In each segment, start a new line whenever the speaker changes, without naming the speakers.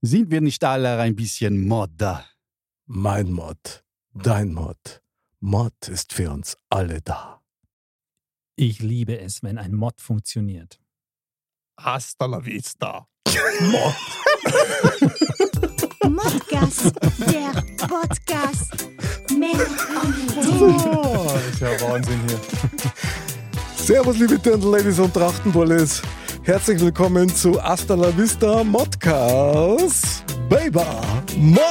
Sind wir nicht alle ein bisschen Modder?
Mein Mod, dein Mod. Mod ist für uns alle da.
Ich liebe es, wenn ein Mod funktioniert.
Hasta la vista.
Modcast, der Podcast mehr Ideen.
Oh, das ist ja Wahnsinn hier. Servus, liebe Dirndl-Ladies und Trachtenbullis. Herzlich willkommen zu Hasta la Vista Modcast. Baby, Mod.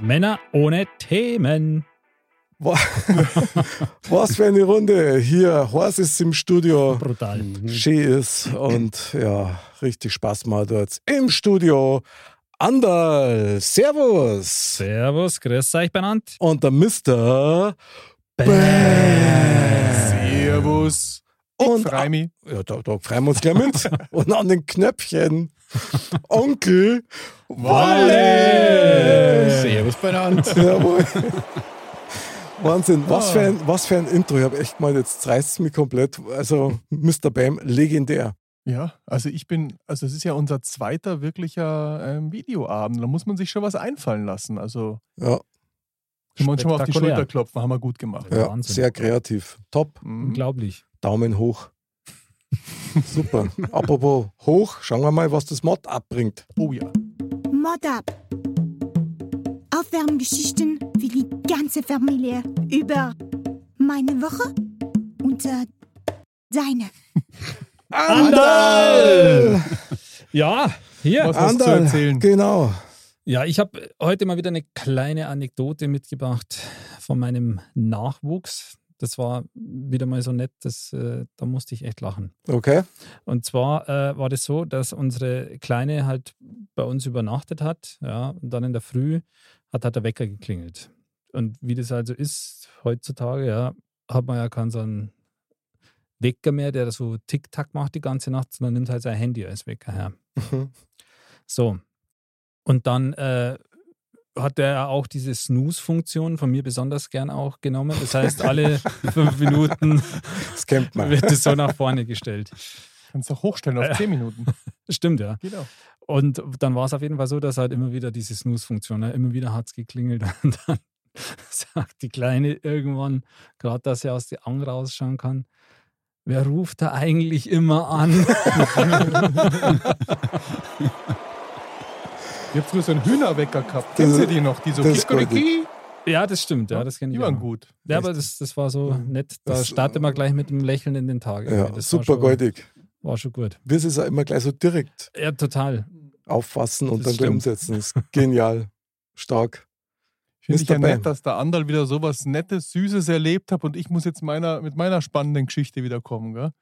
Männer ohne Themen.
Wa- Was für eine Runde. Hier, Horst ist im Studio.
Brutal.
Hm. Schön ist und ja, richtig Spaß macht dort im Studio. Anderl, Servus.
Servus, grüß euch benannt.
Und der Mister Bam.
Servus.
Und ah,
Freu mich.
ja, da, da freuen wir uns gleich mit. Und an den Knöpfchen Onkel Walle.
Servus benannt.
Jawohl. Wahnsinn, was für, ein, was für ein Intro. Ich habe echt mal, jetzt reißt es mich komplett. Also, Mr. Bam, legendär.
Ja, also ich bin, also es ist ja unser zweiter wirklicher ähm, Videoabend. Da muss man sich schon was einfallen lassen. Also
Ja,
können wir uns schon mal auf die
Spektakulär.
Schulter klopfen, haben wir gut gemacht.
ja
Wahnsinn.
sehr kreativ. Top.
Mhm.
Unglaublich.
Daumen hoch. Super. Apropos hoch, schauen wir mal, was das Mod abbringt.
Oh ja.
Mod ab. Aufwärmgeschichten für die ganze Familie über meine Woche und äh, deine.
Andal! Ja,
Was
hier.
hast du zu
Anderl,
erzählen?
Genau.
Ja, ich habe heute mal wieder eine kleine Anekdote mitgebracht von meinem Nachwuchs. Das war wieder mal so nett, das, äh, da musste ich echt lachen.
Okay.
Und zwar äh, war das so, dass unsere Kleine halt bei uns übernachtet hat, ja, und dann in der Früh hat, hat der Wecker geklingelt. Und wie das also ist heutzutage, ja, hat man ja keinen so einen Wecker mehr, der so Tick-Tack macht die ganze Nacht, sondern nimmt halt sein Handy als Wecker her. So. Und dann äh, hat er auch diese Snooze-Funktion von mir besonders gern auch genommen. Das heißt, alle fünf Minuten
Das kennt man.
wird es so nach vorne gestellt.
Kannst du auch hochstellen auf 10 Minuten. Genau.
Stimmt, ja.
Geht auch.
Und dann war es auf jeden Fall so, dass halt immer wieder diese Snooze-Funktion, ne? immer wieder hat es geklingelt und dann sagt die Kleine irgendwann, gerade dass sie aus der Angel rausschauen kann, wer ruft da eigentlich immer an?
Ich habe früher so einen Hühnerwecker gehabt.
Das-
Kennst du die noch? Die so
das ist
Kikoriki?
ja, das stimmt, ja, das kenne ich.
Die
auch
waren
noch.
gut.
Ja, aber das, das war so nett. Da
Das-
startet
äh,
man gleich mit einem Lächeln in den Tag.
Ja,
Das war
super
schon-
goldig.
War schon gut.
Wir sind ja immer gleich so direkt
Ja, total.
auffassen und dann
Das
gleich
stimmt.
umsetzen. Das ist genial. Stark.
Finde ich
Mr.
ja nett,
Bam.
dass der Andal wieder sowas Nettes, Süßes erlebt hat und ich muss jetzt meiner, mit meiner spannenden Geschichte wiederkommen, gell?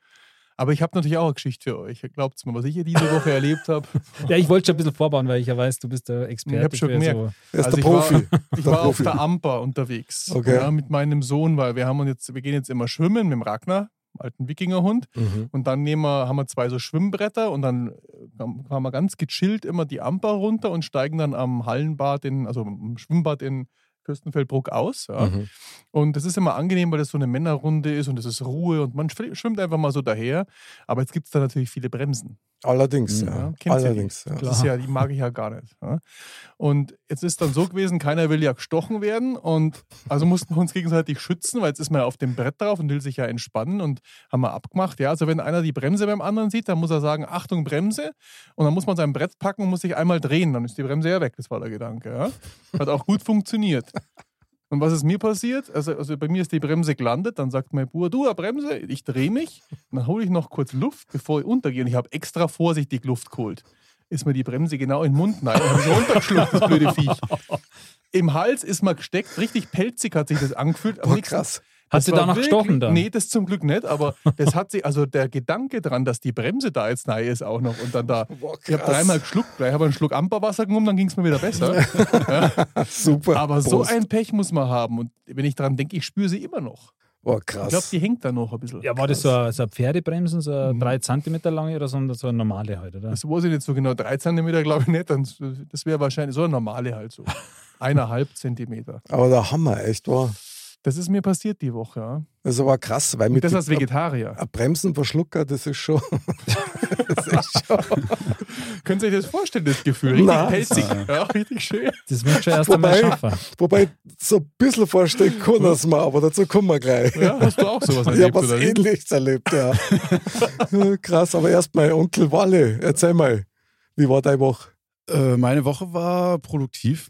Aber ich habe natürlich auch eine Geschichte für euch. Glaubt's mir, was ich hier diese Woche erlebt habe.
Ja, ich wollte schon ein bisschen vorbauen, weil ich ja weiß, du bist der Experte.
Ich hab schon
für
gemerkt.
Er ist
Also
der
ich war-
Profi.
Ich
Der
war auf
Profi.
der Amper unterwegs
Okay.
ja, mit meinem Sohn, weil wir haben uns jetzt, wir gehen jetzt immer schwimmen mit dem Ragnar, dem alten Wikingerhund.
Mhm.
Und dann nehmen wir, haben wir zwei so Schwimmbretter und dann ähm, fahren wir ganz gechillt immer die Amper runter und steigen dann am Hallenbad, in, also im Schwimmbad in Fürstenfeldbruck aus. Ja.
Mhm.
Und das ist immer angenehm, weil das so eine Männerrunde ist und es ist Ruhe und man schw- schwimmt einfach mal so daher. Aber jetzt gibt es da natürlich viele Bremsen.
Allerdings,
Mhm.
ja.
Ja, kennt ihr
Allerdings, ja.
Das ist ja, die mag ich ja gar nicht. Ja. Und jetzt ist dann so gewesen, keiner will ja gestochen werden und also mussten wir uns gegenseitig schützen, weil jetzt ist man ja auf dem Brett drauf und will sich ja entspannen und haben wir abgemacht. Ja, also wenn einer die Bremse beim anderen sieht, dann muss er sagen, Achtung, Bremse. Und dann muss man sein Brett packen und muss sich einmal drehen, dann ist die Bremse ja weg. Das war der Gedanke. Ja. Hat auch gut funktioniert. Und was ist mir passiert? Also, also bei mir ist die Bremse gelandet, dann sagt mein Bruder, du, eine Bremse, ich drehe mich, dann hole ich noch kurz Luft, bevor ich untergehe. Und ich habe extra vorsichtig Luft geholt. Ist mir die Bremse genau in den Mund rein, habe ich runtergeschluckt, das blöde Viech. Im Hals ist mir gesteckt, richtig pelzig hat sich das angefühlt. Am
Boah,
nächsten-
krass.
Hat
Das
sie
war
danach gestochen dann?
Nee, das zum Glück nicht, aber das hat sie, also der Gedanke dran, dass die Bremse da jetzt nahe ist auch noch und dann da.
Boah,
Ich habe
krass.
dreimal geschluckt, gleich habe ich einen Schluck Amperwasser genommen, dann ging es mir wieder besser.
Super.
Aber so
Prost.
ein Pech muss man haben. Und wenn ich dran denke, ich spüre sie immer noch.
Boah,
Ich glaube,
krass.
die hängt da noch ein bisschen.
Ja, war das so eine, so eine Pferdebremsen, so eine
Mhm.
drei Zentimeter lange oder so, eine- so eine normale halt, oder?
Das weiß ich nicht so genau. 3 Zentimeter glaube ich nicht. Dann, das wäre wahrscheinlich so eine normale halt so. Eineinhalb Zentimeter.
aber der Hammer, echt, war.
Das ist mir passiert die Woche. Ja.
Das ist aber krass, weil
Und
mit
das
dem- äh,
als Vegetarier.
ein Bremsenverschlucker, das ist schon. das ist schon
Können Sie sich das vorstellen, das Gefühl? Richtig
Nein.
pelzig. Ja, richtig schön.
Das musst du ja erst einmal
Wobei-
schaffen.
wobei, so ein bisschen vorstellen kann das mal, aber dazu kommen wir gleich.
Ja, hast du auch sowas
Ich habe
erlebt,
was
oder wie?
Ähnliches erlebt, ja. krass, aber erst mal, Onkel Walle, erzähl mal, wie war deine Woche?
Äh, meine Woche war produktiv.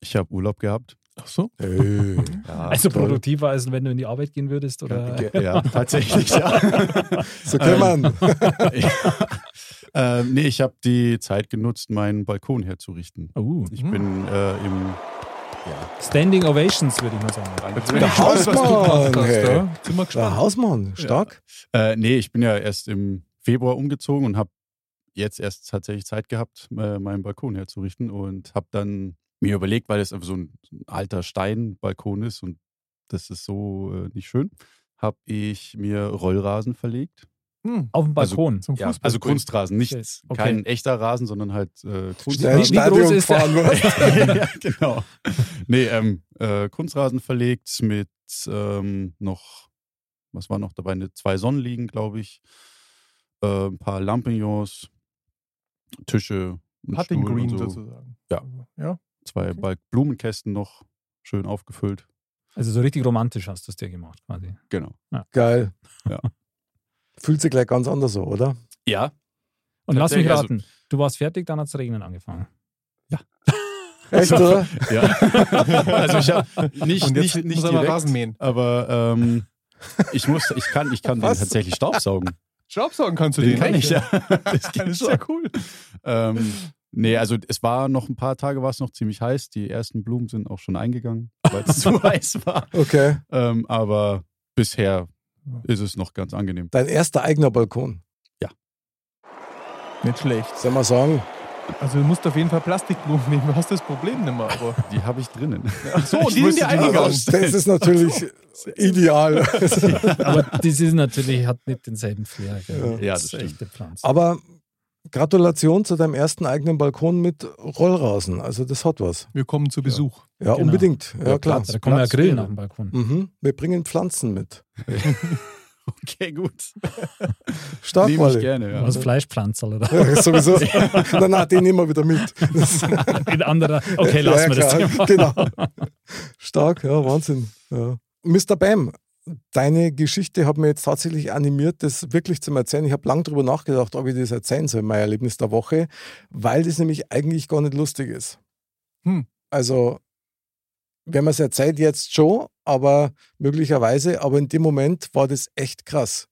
Ich habe Urlaub gehabt.
Ach so.
Hey.
Also
toll.
produktiver, als wenn du in die Arbeit gehen würdest, oder?
Ge- Ah, Äh, Ja, tatsächlich, ja.
So kann man.
ähm, nee, ich habe die Zeit genutzt, meinen Balkon herzurichten.
Oh,
Ich bin äh, im
Standing Ovations, würde ich mal sagen.
Jetzt bin ich gespannt, was du
Hausmann,
gemacht hast.
hey.
Ja. Sind wir
Der
gespannt.
Hausmann, stark.
Äh, nee, ich bin ja erst im Februar umgezogen und habe jetzt erst tatsächlich Zeit gehabt, äh, meinen Balkon herzurichten und habe dann mir überlegt, weil es einfach so ein alter Steinbalkon ist und das ist so äh, nicht schön, habe ich mir Rollrasen verlegt.
Hm,
Auf dem
Also-
Balkon.
zum Fußball.
also Kunstrasen, nicht
Okay.
kein echter Rasen, sondern halt äh,
Schnell
Kunstrasen.
wie- wie groß ist der-
fahren wir.
ja, genau. Nee, ähm, äh, Kunstrasen verlegt mit ähm, noch, was war noch dabei? Eine, zwei Sonnenliegen, glaube ich. Äh, ein paar Lampignons, Tische, einen
Putting
Stuhl
Green
und so.
sozusagen. Also,
Ja.
ja.
Zwei Bal- Blumenkästen noch schön aufgefüllt.
Also so richtig romantisch hast du es dir gemacht, quasi.
Genau.
Geil.
Ja.
Fühlt sich gleich ganz anders so, oder?
Ja.
Und lass mich
Tatsächlich, also-
raten, du warst fertig, dann hat es regnen angefangen.
Echt, oder?
ja. also ich habe nicht,
Und jetzt
nicht, nicht
muss er mal
direkt,
Rasen mähen.
aber ähm, ich muss, ich kann, ich kann den
Was?
tatsächlich staubsaugen.
Staubsaugen kannst du
Den
den.
kann
ne?
ich, ja. Das,
Das ist
gibt's ja.
ja cool.
Ähm, nee, also es war noch ein paar Tage war es noch ziemlich heiß. Die ersten Blumen sind auch schon eingegangen, weil es zu heiß war.
Okay.
Ähm, aber bisher ist es noch ganz angenehm.
Dein erster eigener Balkon.
Nicht schlecht.
Soll man sagen?
Also du musst auf jeden Fall Plastikblumen nehmen. Du hast das Problem nicht mehr. Aber.
Die habe ich drinnen.
Ach so,
Ich musste die
Also,
Eingang.
das ist natürlich ideal.
Aber das ist natürlich, hat nicht denselben Flair. Gell?
Ja,
das
das Ah,
ist echt der Pflanze.
Aber Gratulation zu deinem ersten eigenen Balkon mit Rollrasen. Also das hat was.
Wir kommen zu Besuch.
Ja,
Genau.
unbedingt. Ja, klar.
da kann man ja
Platz
grillen
wäre.
auf dem Balkon.
Mhm. Wir bringen Pflanzen mit.
Okay, gut.
Stark,
Nehme ich
Walle.
gerne. Ja.
Aus Fleischpflanzerl oder
Ja, sowieso. Nein, nein, den nehmen wir wieder mit. Das,
in anderer. Okay, lassen wir das
klar.
Thema.
Genau. Stark, ja, Wahnsinn. Ja. Mr. Bam, deine Geschichte hat mir jetzt tatsächlich animiert, das wirklich zum Erzählen. Ich habe lange darüber nachgedacht, ob ich das erzählen soll, mein Erlebnis der Woche, weil das nämlich eigentlich gar nicht lustig ist.
Hm.
Also, wenn man es erzählt, jetzt schon, aber möglicherweise, aber in dem Moment war das echt krass.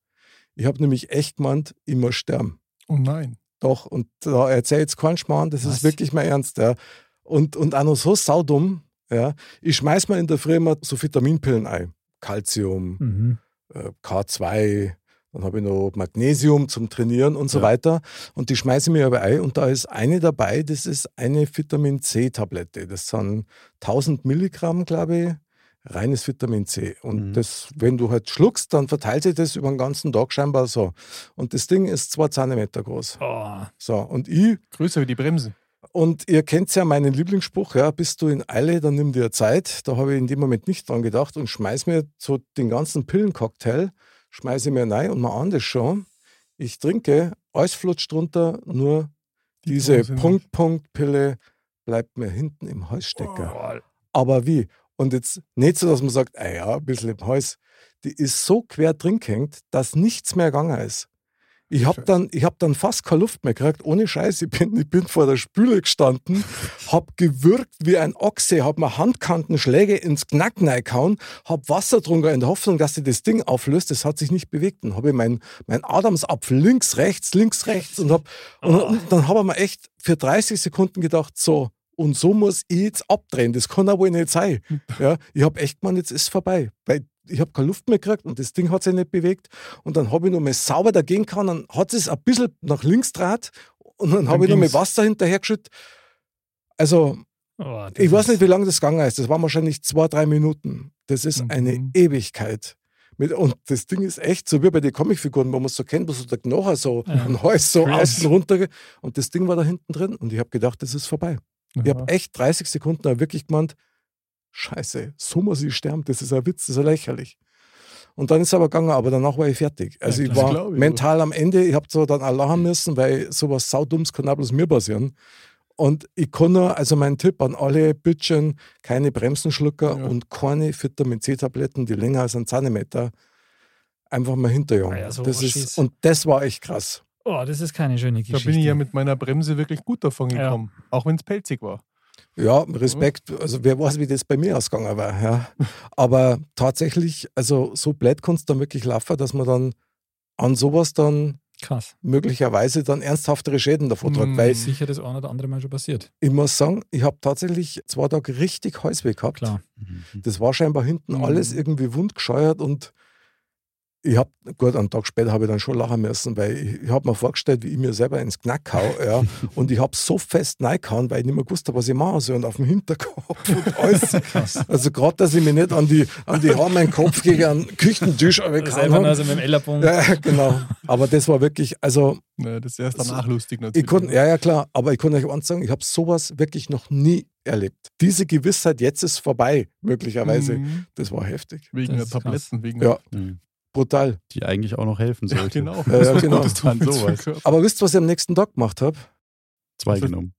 Ich habe nämlich echt gemeint, immer sterben.
Oh nein.
Doch, und da erzählt es keinen Schmarrn, das
Was?
ist wirklich mein Ernst. Ja. Und, und auch noch so saudumm, ja. ich schmeiß mir in der Früh immer so Vitaminpillen ein.
Hm.
Calcium,
Mhm.
äh, K2, dann habe ich noch Magnesium zum Trainieren und so
Ja.
weiter. Und die schmeiße ich mir aber ein und da ist eine dabei, das ist eine Vitamin C-Tablette. Das sind 1000 Milligramm, glaube ich. Reines Vitamin C. Und
Mhm.
das, wenn du halt schluckst, dann verteilt sich das über den ganzen Tag scheinbar so. Und das Ding ist zwei Zentimeter groß.
Oh,
So, und ich
Größer wie die Bremse.
und ihr kennt ja meinen Lieblingsspruch, ja, bist du in Eile, dann nimm dir Zeit. Da habe ich in dem Moment nicht dran gedacht und schmeiß mir so den ganzen Pillencocktail, schmeiße mir rein und man ahnt es schon. Ich trinke, alles flutscht runter, nur diese
Dose nicht.
Punkt-Punkt-Pille bleibt mir hinten im Halsstecker.
oh,
Aber wie? Und jetzt nicht so, dass man sagt, ah ja, ein bisschen im Hals. Die ist so quer drin gehängt, dass nichts mehr gegangen ist. Ich habe dann, ich hab dann fast keine Luft mehr gekriegt, ohne Scheiß. Ich bin, ich bin vor der Spüle gestanden, habe gewürgt wie ein Ochse, habe mir Handkantenschläge ins Knacken reingehauen, habe Wasser drunter in der Hoffnung, dass sie das Ding auflöst. Das hat sich nicht bewegt. Dann habe ich meinen mein Adamsapfel links, rechts, links, rechts und, hab, und, und dann habe ich mir echt für 30 Sekunden gedacht, so, und so muss ich jetzt abdrehen. Das kann aber nicht sein. Ja, ich habe echt gemeint, jetzt ist vorbei. Weil ich habe keine Luft mehr gekriegt und das Ding hat sich nicht bewegt. Und dann habe ich noch mal sauber dagegen gehauen, dann hat es ein bisschen nach links draht und dann, habe ich noch mal
ging's.
Wasser hinterher geschüttet. Also,
Oh, das
ich weiß
ist-
nicht, wie lange das gegangen ist. Das waren wahrscheinlich zwei, drei Minuten. Das ist
Mhm.
eine Ewigkeit. Mit, und das Ding ist echt so wie bei den Comicfiguren, wo man es so kennt, wo so der Knochen so,
Ja.
ein Hals so
Krass.
außen runter. Und das Ding war da hinten drin und ich habe gedacht, das ist vorbei. Ich habe echt 30 Sekunden da wirklich gemeint, Scheiße, so muss ich sterben, das ist ein Witz, das ist ja lächerlich. Und dann ist es aber gegangen, aber danach war ich fertig. Also
Ja,
ich
das
war
glaub ich,
mental am Ende, ich habe so dann auch lachen müssen, weil sowas saudums kann auch bloß mir passieren. Und ich kann nur, also mein Tipp an alle Bütchen, keine Bremsenschlucker
Ja.
und keine Vitamin C-Tabletten, die länger als ein Zentimeter. Einfach mal hinterjagen.
Ah ja, so
das
Oschis.
ist, und das war echt krass.
Oh, das ist keine schöne
Da
Geschichte.
bin ich ja mit meiner Bremse wirklich gut davon
Ja.
gekommen. Auch wenn es pelzig war.
Ja, Respekt. Also wer weiß, wie das bei mir ausgegangen war. Ja. Aber tatsächlich, also so blöd kannst du dann wirklich laufen, dass man dann an sowas dann
Krass.
möglicherweise dann ernsthaftere Schäden davon tragt.
Mm.
Weil
Ist sicher das eine oder andere Mal schon passiert.
ich muss sagen, ich habe tatsächlich zwei Tage richtig Halsweh gehabt.
Klar.
Das war scheinbar hinten
Mhm.
alles irgendwie wundgescheuert und ich habe, gut, einen Tag später habe ich dann schon lachen müssen, weil ich, ich habe mir vorgestellt, wie ich mir selber ins Knack hau, ja, und ich habe so fest reingehauen, weil ich nicht mehr gewusst habe, was ich machen soll und auf dem Hinterkopf und alles. Also gerade, dass ich mich nicht an die, an die Haare meinen Kopf gegen einen Küchentisch
Selber
habe.
also mit dem Ellerbogen.
Ja, genau. Aber das war wirklich, also
Naja, das ist erst danach
So,
lustig natürlich. ne?
ich konnte,
ja.
ja, ja, klar, aber ich konnte euch eins sagen, ich habe sowas wirklich noch nie erlebt. Diese Gewissheit, jetzt ist vorbei, möglicherweise,
Mhm.
das war heftig.
Wegen
Das
der
ist krass.
Tabletten, wegen
Ja.
Mhm.
brutal.
Die eigentlich auch noch helfen
der. Ja,
sollte.
genau.
Ja, ja, genau.
Das tut
An
mir jetzt
sowas.
für den Körper.
Aber wisst ihr, was ich am nächsten Tag gemacht habe?
Zwei
Das ist-
genommen.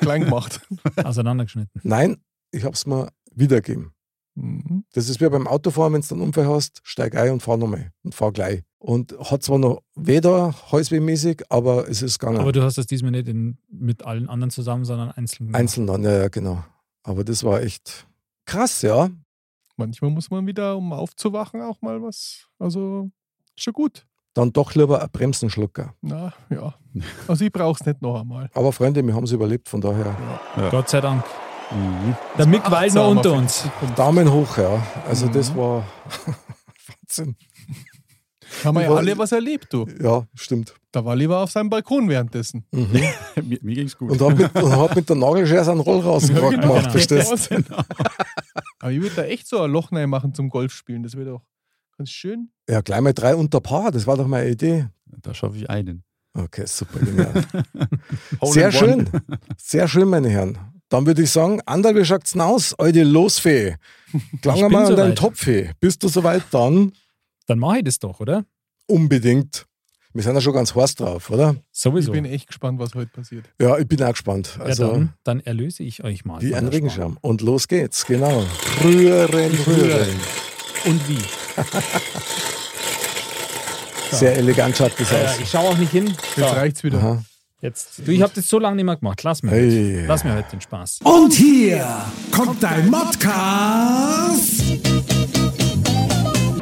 Klein gemacht.
Auseinandergeschnitten.
Nein, ich habe es mir wiedergegeben.
Mhm.
Das ist wie beim Autofahren, wenn du einen Unfall hast, steig ein und fahr nochmal und fahr gleich. Und hat zwar noch weh da, halswehmäßig, aber es ist gegangen.
Aber du hast das diesmal nicht in, mit allen anderen zusammen, sondern einzeln. gemacht.
Einzeln dann, ja, ja, genau. Aber das war echt krass, ja.
Manchmal muss man wieder, um aufzuwachen, auch mal was. Also, ist schon gut.
Dann doch lieber ein Bremsenschlucker.
Na, ja. Also, ich brauche es nicht noch einmal.
Aber Freunde, wir haben es überlebt, von daher
Gott sei Dank.
Mhm.
Der Mick
war
Waldner
achtsamer
unter
für die
uns.
Daumen hoch, ja. Also
Mhm.
das war Wahnsinn.
Haben wir ja
Wo-
alle was erlebt, du.
Ja, stimmt.
Da war lieber auf seinem Balkon währenddessen.
Mhm.
Mir, mir ging's gut.
Und hat mit, und hat mit der Nagelschere seinen Roll rausgebracht
genau.
gemacht, verstehst
Ja, genau. Aber ich würde da echt so ein Loch rein machen zum Golfspielen. Das wäre doch ganz schön.
Ja, gleich mal drei unter Paar, das war doch meine Idee.
da schaffe ich einen.
Okay, super, genial.
Hole
Sehr
in one.
schön, sehr schön, meine Herren. Dann würde ich sagen, Anderl, wie schaut's denn aus, alte Losfee? Klang
Ich bin
mal an deinen
soweit.
Topfee. Bist du soweit dann?
Dann mache ich das doch, oder?
Unbedingt. Wir sind ja schon ganz heiß drauf, oder?
Sowieso.
Ich bin echt gespannt, was heute passiert.
Ja, ich bin auch gespannt.
ja,
Also,
dann, dann erlöse ich euch mal.
wie
von
ein
der Schmach.
Regenschirm. Und los geht's, genau. Rühren, rühren.
Und wie?
Sehr elegant schaut das
Ja, ja,
aus.
ich schaue auch nicht hin. So,
Jetzt reicht's wieder.
Aha.
jetzt. Du, ich habe das so lange nicht mehr gemacht. Lass mir,
Hey.
heute. Lass mir heute den Spaß.
Und hier kommt dein Modcast.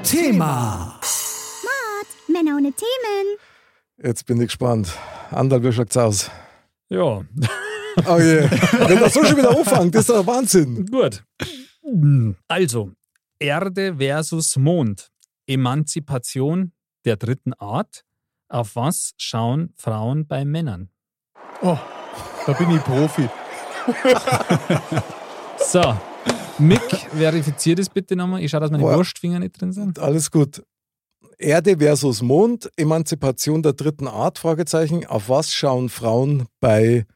Thema.
Männer ohne Themen.
Jetzt bin ich gespannt. Anderl, wie schaut's aus?
Ja,
Oh yeah. Wenn das so schon wieder anfängt, das ist doch Wahnsinn.
Gut. Also, Erde versus Mond. Emanzipation der dritten Art. Auf was schauen Frauen bei Männern?
Oh, da bin ich Profi.
So, Mick, verifizier das bitte nochmal. Ich schaue, dass meine
Boah.
Wurstfinger nicht drin sind.
Alles gut. Erde versus Mond, Emanzipation der dritten Art, Fragezeichen. Auf was schauen Frauen bei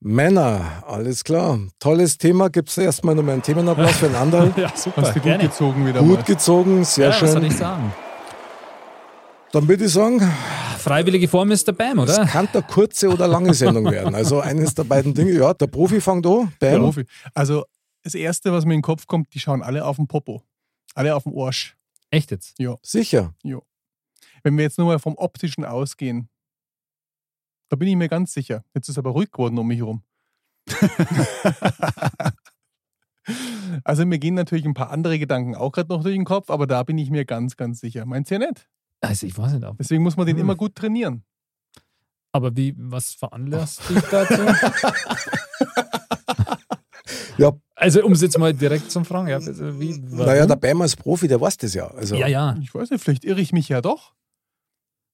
Männern? Alles klar. Tolles Thema. Gibt es erstmal nochmal einen Themenapplaus für den anderen?
Ja, super.
Hast du gut
gerne.
gezogen wieder
Gut
mal.
gezogen, sehr
ja, was soll
schön.
ich sagen?
Dann würde ich sagen,
Freiwillige Form ist der Bam,
es
oder?
kann eine kurze oder lange Sendung werden. Also eines der beiden Dinge. Ja, der Profi fängt an. Bam.
Profi. Also, das Erste, was mir in den Kopf kommt, die schauen alle auf den Popo. Alle auf den Arsch.
Echt jetzt?
Sicher.
Wenn wir jetzt nur mal vom Optischen ausgehen, da bin ich mir ganz sicher. Jetzt ist aber ruhig geworden um mich herum. also mir gehen natürlich ein paar andere Gedanken auch gerade noch durch den Kopf, aber da bin ich mir ganz, ganz sicher. Meinst du ja nicht?
Also, ich weiß nicht. ob-
Deswegen muss man den
Hm.
immer gut trainieren.
Aber wie, was veranlasst dich dazu?
Ja,
Also, um es jetzt mal direkt zum Fragen. Ja, also wie,
Naja,
warum?
der Bam als Profi, der weiß das ja. Also,
ja, ja.
Ich weiß nicht, vielleicht irre ich mich ja doch.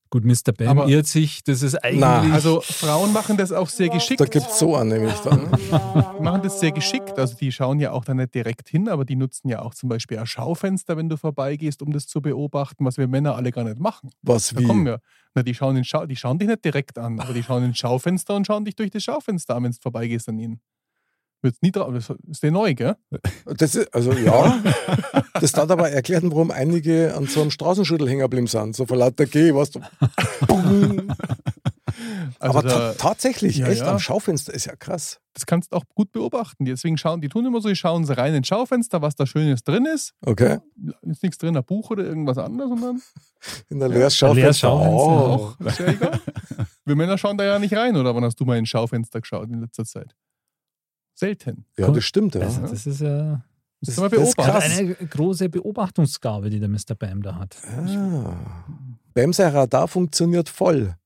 Gut, Mr. Bam
Aber-
irrt sich. Das ist eigentlich.
Na,
Also Frauen machen das auch sehr geschickt.
Da gibt es so einen nämlich dann. ne?
machen das sehr geschickt. Also die schauen ja auch da nicht direkt hin, aber die nutzen ja auch zum Beispiel ein Schaufenster, wenn du vorbeigehst, um das zu beobachten, was wir Männer alle gar nicht machen.
Was
Da
wie?
kommen wir. Na, die schauen, in Schau die schauen dich nicht direkt an, aber die schauen ins Schaufenster und schauen dich durch das Schaufenster an, wenn du vorbeigehst an ihnen. Wird's nie drauf. Das ist der neu, gell?
Das ist, also ja, das hat aber erklärt, warum einige an so einem Straßenschüttel hängen geblieben sind. So vor lauter Geh, weißt du. Bum.
Also
aber ta
da,
tatsächlich,
Ja,
echt,
ja.
am Schaufenster ist ja krass.
das kannst du auch gut beobachten. Deswegen schauen, die tun immer so, die schauen so rein ins Schaufenster, was da Schönes drin ist.
Okay.
Ist nichts drin, ein Buch oder irgendwas anderes und dann
In der leeres Schaufenster.
Schaufenster.
Oh.
auch. Ist ja egal. Wir Männer schauen da ja nicht rein, oder wann hast du mal ins Schaufenster geschaut in letzter Zeit? Selten.
Ja, das stimmt, ja.
Also, das ist ja
Das,
Das-
ist mal
das ist
beobachten.
krass.
eine große Beobachtungsgabe, die der Mr. Bam da hat.
Ah. Bam, sein Radar funktioniert voll.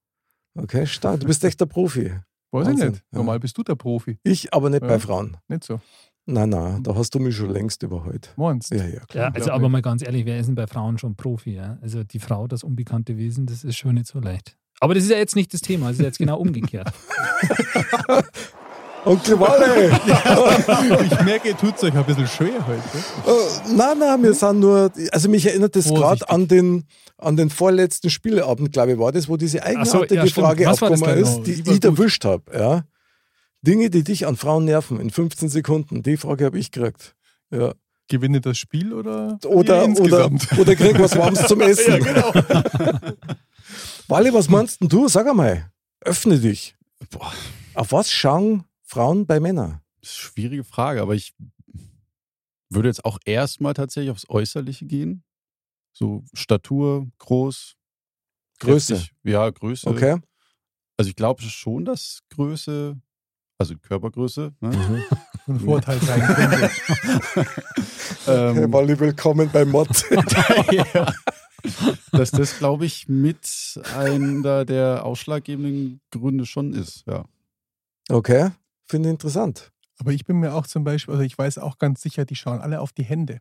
Okay, stark. Du bist echt der Profi.
Weiß ich
Wahnsinn,
nicht.
ja.
Normal bist du der Profi.
Ich aber nicht
Ja.
bei Frauen.
Nicht so.
Nein, nein, da hast du mich schon längst überholt.
Meinst du?
Ja, ja.
Ja, also aber mal ganz ehrlich, wer ist denn bei Frauen schon Profi? Ja? Also die Frau, das unbekannte Wesen, das ist schon nicht so leicht. Aber das ist ja jetzt nicht das Thema, es ist jetzt genau umgekehrt.
Onkel Walle!
Ich merke, ihr tut es euch ein bisschen schwer heute.
Äh, nein, nein, wir sind nur, also mich erinnert das gerade
Vorsichtig.
an den, an den vorletzten Spieleabend, glaube ich, war das, wo diese eigenartige
ja, stimmt.
Frage
Was war das
aufgekommen
denn
ist,
noch?
die
Die
ich
war gut.
erwischt habe. Ja. Dinge, die dich an Frauen nerven in 15 Sekunden, die Frage habe ich gekriegt. Ja.
Gewinne das Spiel oder, ihr
Oder, oder,
insgesamt?
oder krieg was Warmes zum Essen.
ja, genau.
Wally, was meinst denn du? Sag einmal, öffne dich. Auf was schauen Frauen bei Männern?
Das ist eine Schwierige Frage, aber ich würde jetzt auch erstmal tatsächlich aufs Äußerliche gehen. So Statur, groß,
Größe.
kräftig. Ja, Größe.
Okay?
Also ich glaube schon, dass Größe, also Körpergröße, ne?
Ein Vorteil sein könnte.
Hey,
ähm,
Wally, willkommen bei Mod.
ja. dass das, glaube ich, mit einer der ausschlaggebenden Gründe schon ist. Ja.
Okay, finde ich interessant.
Aber ich bin mir auch zum Beispiel, also ich weiß auch ganz sicher, die schauen alle auf die Hände.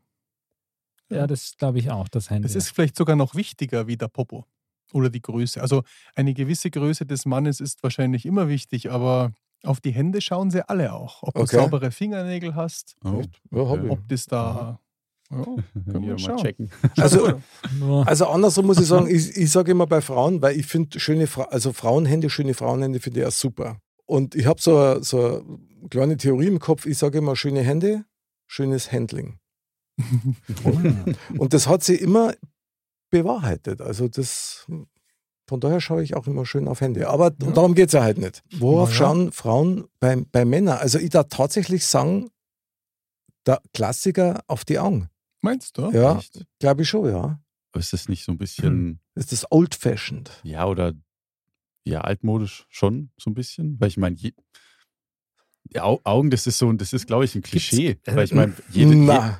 Ja, das glaube ich auch, das Handy.
Das ist vielleicht sogar noch wichtiger wie der Popo oder die Größe. Also eine gewisse Größe des Mannes ist wahrscheinlich immer wichtig, aber auf die Hände schauen sie alle auch. Ob
Okay.
du saubere Fingernägel hast,
Oh,
Ja, Mhm. hab ich.
ob das da. Ja,
können wir mal
schauen.
checken.
Also,
Nur-
Also andersrum muss ich sagen, ich, ich sage immer bei Frauen, weil ich finde schöne Fra also Frauenhände, schöne Frauenhände finde ich auch super. Und ich habe so, eine- so eine kleine Theorie im Kopf, ich sage immer schöne Hände, schönes Handling. Und das hat sie immer bewahrheitet. Also das, von daher schaue ich auch immer schön auf Hände. Aber darum geht es ja halt nicht. Worauf
Na ja.
schauen Frauen bei, bei Männern? Also ich da tatsächlich sagen, der Klassiker auf die Augen.
Meinst du?
Ja,
Echt?
glaube ich schon, ja.
Aber ist das nicht so ein bisschen,
Ist das old-fashioned?
ja, oder ja, altmodisch schon so ein bisschen? Weil ich meine, je- ja, Au- Augen, das ist so ein, das ist, glaube ich, ein Klischee.
Äh,
Weil ich meine, jede, je,
na,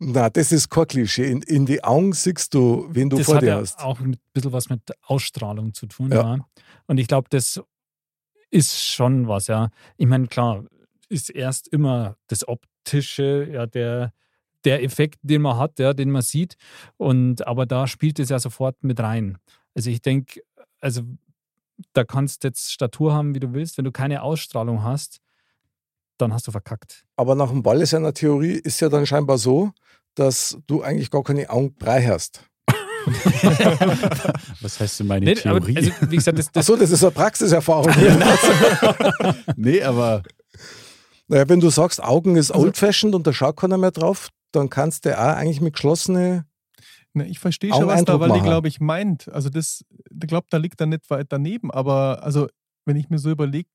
na, das ist kein Klischee. In, in die Augen siehst du, wen du
das
vor
hat
dir
ja
hast.
auch mit- ein bisschen was mit Ausstrahlung zu tun.
Ja.
Ja. Und ich glaube, das ist schon was, ja. Ich meine, klar, ist erst immer das Optische, ja, der, der Effekt, den man hat, ja, den man sieht. Und aber da spielt es ja sofort mit rein. Also ich denke, also da kannst du jetzt Statur haben, wie du willst. Wenn du keine Ausstrahlung hast, dann hast du verkackt.
Aber nach dem Walle seiner Theorie ist ja dann scheinbar so, dass du eigentlich gar keine Augen frei hast.
was heißt denn meine
Nee, aber,
Theorie?
also, wie gesagt, das, das
Achso, das ist eine Praxiserfahrung.
nee, aber
naja, wenn du sagst, Augen ist old-fashioned und da schaut keiner mehr drauf, dann kannst du auch eigentlich mit geschlossene.
Na, Ne, ich verstehe schon, was
Augeneindruck
da Waldi,
machen.
glaube ich, meint. Also das, ich glaube, da liegt er nicht weit daneben. Aber also, wenn ich mir so überlege,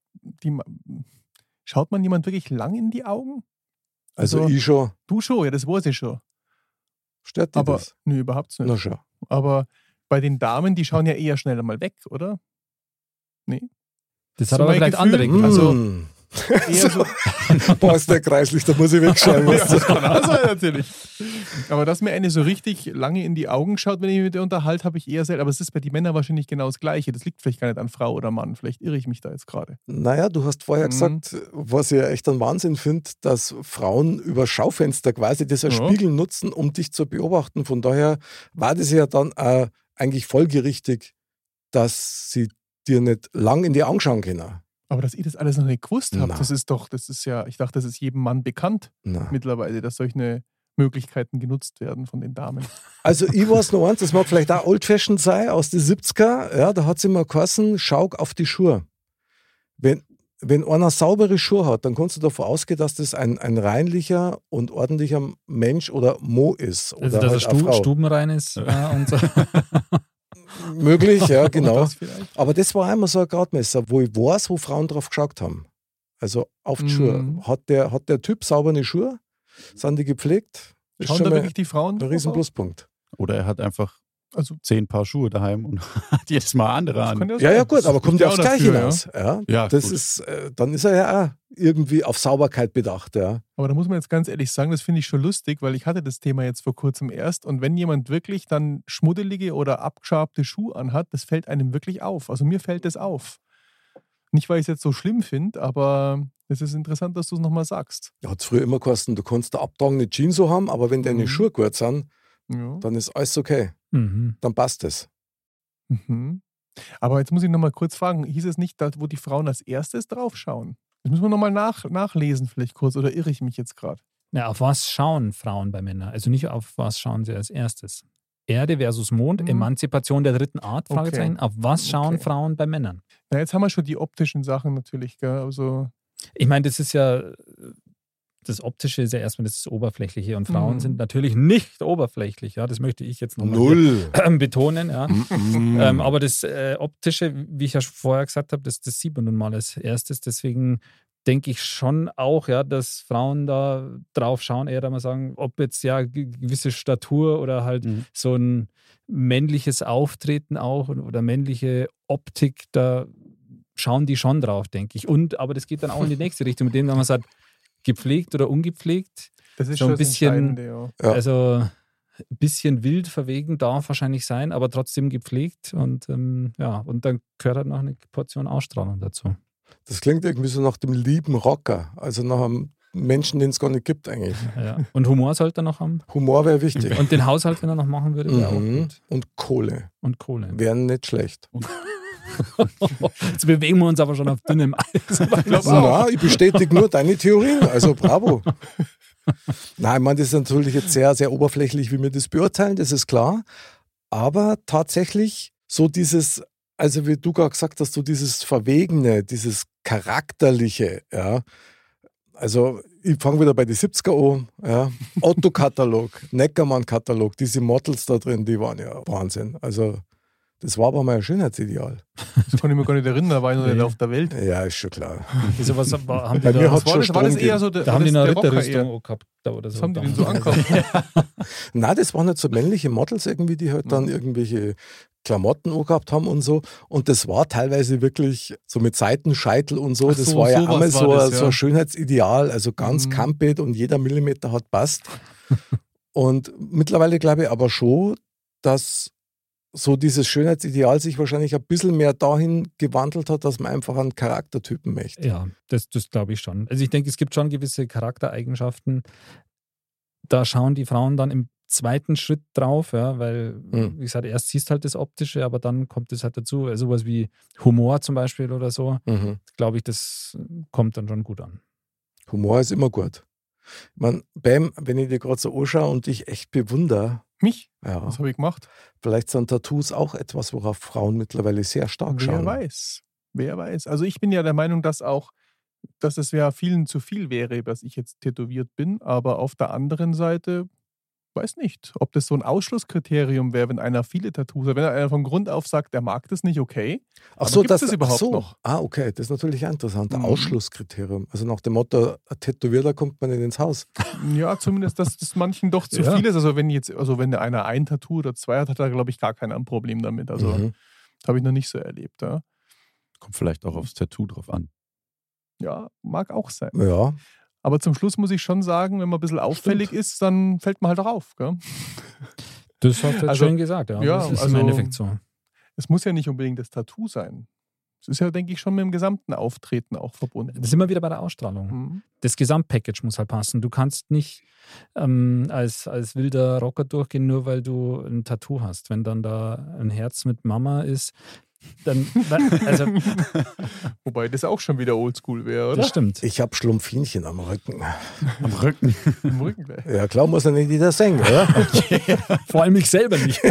schaut man jemand wirklich lang in die Augen?
Also,
Also-
ich schon.
Du schon, ja, das weiß ich schon.
Stört dich
Aber,
das?
nö, überhaupt nicht.
Na schon.
Aber bei den Damen, die schauen ja eher schneller mal weg, oder?
Das hat
So
aber
mein
vielleicht
Gefühl,
andere Gründe.
Also-
Hm.
eher so,
Boah,
Also,
ist der kreislich, da muss ich wegschauen.
ja,
weißt du.
das kann auch sein, natürlich. Aber dass mir eine so richtig lange in die Augen schaut, wenn ich mich mit der unterhalte, habe ich eher selten. Aber es ist bei den Männern wahrscheinlich genau das Gleiche. Das liegt vielleicht gar nicht an Frau oder Mann. Vielleicht irre ich mich da jetzt gerade.
Naja, du hast vorher
Mhm.
gesagt, was ich ja echt einen Wahnsinn finde, dass Frauen über Schaufenster quasi das als
Ja.
Spiegel nutzen, um dich zu beobachten. Von daher war das ja dann auch eigentlich folgerichtig, dass sie dir nicht lang in die Augen schauen können.
Aber dass ich das alles noch nicht gewusst habe,
Na.
das ist doch, das ist ja, ich dachte, das ist jedem Mann bekannt
Na.
mittlerweile, dass solche Möglichkeiten genutzt werden von den Damen.
Also ich weiß noch eins, das mag vielleicht auch old-fashioned sein, aus den 70er, ja, da hat es immer geheißen, schau auf die Schuhe. Wenn, wenn einer saubere Schuhe hat, dann kannst du davon ausgehen, dass das ein, ein reinlicher und ordentlicher Mensch oder Mo ist. Oder
Also, dass er
halt eine
Stu
Frau.
stubenrein ist ja, und so.
Möglich, ja, genau.
Das vielleicht.
Aber das war einmal so ein Gradmesser, wo ich weiß, wo Frauen drauf geschaut haben. Also auf die Schuhe.
Mhm.
Hat der, hat der Typ saubere Schuhe? Sind die gepflegt? Das ist
Schauen da
schon mal
wirklich die Frauen?
ein
drauf
riesen
auch?
Pluspunkt.
Oder er hat einfach
Also-
zehn Paar Schuhe daheim und hat jedes Mal andere
Das
an.
könnte
Ja,
sein.
ja, gut,
Genau Das
aber kommt
spricht
ja aufs
auch
Gleiche
dafür,
hinaus. Ja.
Ja,
das
gut.
ist, äh, dann ist er ja auch irgendwie auf Sauberkeit bedacht, ja.
Aber da muss man jetzt ganz ehrlich sagen, das finde ich schon lustig, weil ich hatte das Thema jetzt vor kurzem erst. Und wenn jemand wirklich dann schmuddelige oder abgeschabte Schuhe anhat, das fällt einem wirklich auf. Also mir fällt das auf. Nicht, weil ich es jetzt so schlimm finde, aber es ist interessant, dass du es nochmal sagst.
Hat früher immer kosten, du kannst da abtragende Jeans so haben, aber wenn deine
Mhm.
Schuhe gut sind,
Ja.
dann ist alles okay.
mhm.
Dann passt es.
Mhm. Aber jetzt muss ich nochmal kurz fragen, hieß es nicht, da, wo die Frauen als erstes draufschauen? Das müssen wir nochmal nach, nachlesen, vielleicht kurz, oder irre ich mich jetzt gerade?
Na, auf was schauen Frauen bei Männern? Also nicht auf was schauen sie als erstes. Erde versus Mond,
Mhm.
Emanzipation der dritten Art,
Okay.
Fragezeichen. Auf was schauen
Okay.
Frauen bei Männern?
Na, jetzt haben wir schon die optischen Sachen natürlich, gell? Also,
Ich meine, das ist ja, das Optische ist ja erstmal das Oberflächliche und Frauen
Mhm.
sind natürlich nicht oberflächlich. Ja, das möchte ich jetzt nochmal
Null.
betonen. Ja. Ähm, aber das äh, Optische, wie ich ja schon vorher gesagt habe, das, das sieht man nun mal als erstes. Deswegen denke ich schon auch, ja, dass Frauen da drauf schauen, eher da mal sagen, ob jetzt ja ge- gewisse Statur oder halt
Mhm.
so ein männliches Auftreten auch und- oder männliche Optik, da schauen die schon drauf, denke ich. Und aber das geht dann auch in die nächste Richtung, mit dem dann man sagt, gepflegt oder ungepflegt.
das ist
So
schon
ein
das
bisschen-
Entscheidende, ja.
Ja.
Also ein bisschen wild verwegen darf wahrscheinlich sein, aber trotzdem gepflegt. Und ähm, ja, und dann gehört halt noch eine Portion Ausstrahlung dazu.
Das klingt irgendwie so nach dem lieben Rocker, also nach einem Menschen, den es gar nicht gibt eigentlich.
Ja. Und Humor sollte er noch haben.
Humor wäre wichtig.
Und den Haushalt, wenn er noch machen würde, wäre auch
Mhm.
gut.
Und Kohle
Und Kohle.
wären nicht schlecht.
Jetzt bewegen wir uns aber schon auf dünnem Eis.
glaub auch.
Na, ich bestätige nur deine Theorien, also bravo. Nein, ich meine, das ist natürlich jetzt sehr, sehr oberflächlich, wie wir das beurteilen, das ist klar. Aber tatsächlich so dieses, also wie du gerade gesagt hast, so dieses Verwegene, dieses Charakterliche, ja. Also ich fange wieder bei den 70er an, ja. Otto-Katalog, Neckermann-Katalog, diese Models da drin, die waren ja Wahnsinn. Also das war aber mal ein Schönheitsideal.
Das konnte ich mir gar nicht erinnern, da war ich noch
Nee.
nicht auf der Welt.
Ja, ist schon klar.
Wieso, was haben
Bei
die
mir
da?
hat
Das war,
schon
das, war das
Strom
eher so der,
Da haben die
das,
eine
der Rocker
Ritterrüstung
eher.
auch gehabt. da Oder so
Was haben die denn so
damals.
angekauft?
Na, das waren nicht so männliche Models irgendwie, die
Mhm.
halt dann irgendwelche Klamotten angehabt haben und so. Und das war teilweise wirklich so mit Seitenscheitel und so.
Ach
das
so,
war ja
sowas
einmal so,
war das,
ein-
ja.
so ein Schönheitsideal, also ganz
Mhm.
kampet und jeder Millimeter hat passt. und mittlerweile glaube ich aber schon, dass so dieses Schönheitsideal sich wahrscheinlich ein bisschen mehr dahin gewandelt hat, dass man einfach einen Charaktertypen möchte.
Ja, das, das glaube ich schon. Also ich denke, es gibt schon gewisse Charaktereigenschaften. Da schauen die Frauen dann im zweiten Schritt drauf, ja, weil,
Hm.
wie gesagt, erst siehst halt das Optische, aber dann kommt es halt dazu. Also sowas wie Humor zum Beispiel oder so,
Mhm.
glaube ich, das kommt dann schon gut an.
Humor ist immer gut. Man, Bam, wenn ich dir gerade so anschaue und dich echt bewundere,
Mich?
ja,
Was habe ich gemacht?
vielleicht sind Tattoos auch etwas, worauf Frauen mittlerweile sehr stark
Wer
schauen.
weiß. Wer weiß. Also ich bin ja der Meinung, dass auch, dass es ja vielen zu viel wäre, dass ich jetzt tätowiert bin, aber auf der anderen Seite weiß nicht, ob das so ein Ausschlusskriterium wäre, wenn einer viele Tattoos hat. Wenn einer von Grund auf sagt, er mag das nicht, okay.
Ach
Aber
so,
gibt's
das,
das
ach
überhaupt
so.
noch?
Ah, okay, das ist natürlich ein interessanter
Mhm.
Ausschlusskriterium. Also nach dem Motto, ein Tätowierter kommt man nicht ins Haus.
Ja, zumindest, dass das manchen doch zu
Ja.
viel ist. Also wenn jetzt, also wenn der einer ein Tattoo oder zwei hat, hat er, glaube ich, gar keiner ein Problem damit. Also
Mhm.
das habe ich noch nicht so erlebt. Ja.
Kommt vielleicht auch aufs Tattoo drauf an.
Ja, mag auch sein.
Ja.
Aber zum Schluss muss ich schon sagen, wenn man ein bisschen auffällig ist, dann fällt man halt auch auf. Gell?
Das hast du jetzt
Also-
schön gesagt, ja.
ja,
das ist
also-
im Endeffekt so.
Es muss ja nicht unbedingt das Tattoo sein. Es ist ja, denke ich, schon mit dem gesamten Auftreten auch verbunden.
Da sind wir wieder bei der Ausstrahlung.
Mhm.
das Gesamtpackage muss halt passen. Du kannst nicht ähm, als, als wilder Rocker durchgehen, nur weil du ein Tattoo hast. Wenn dann da ein Herz mit Mama ist, dann, dann also
Wobei das auch schon wieder oldschool wäre,
das
oder?
stimmt.
Ich habe Schlumpfinchen am Rücken.
Am Rücken.
Im Rücken gleich.
Ja, klar, muss ja nicht jeder singen, oder?
Vor allem ich selber nicht.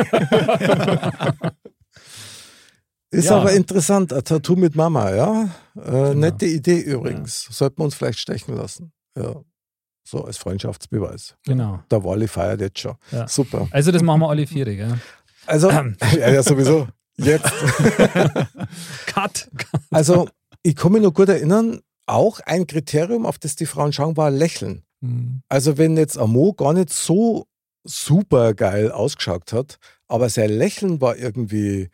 Ist
Ja.
aber interessant, ein Tattoo mit Mama, ja? Äh,
Genau.
Nette Idee übrigens. Sollten wir uns vielleicht stechen lassen. Ja. So, als Freundschaftsbeweis.
genau.
Der Wally feiert jetzt schon.
Ja.
Super.
Also das machen wir alle vier, gell?
Also,
Ähm.
ja, ja, sowieso. Jetzt.
Cut!
Also, ich kann mich noch gut erinnern, auch ein Kriterium, auf das die Frauen schauen, war Lächeln.
Mhm.
Also, wenn jetzt Amo gar nicht so super geil ausgeschaut hat, aber sein Lächeln war irgendwie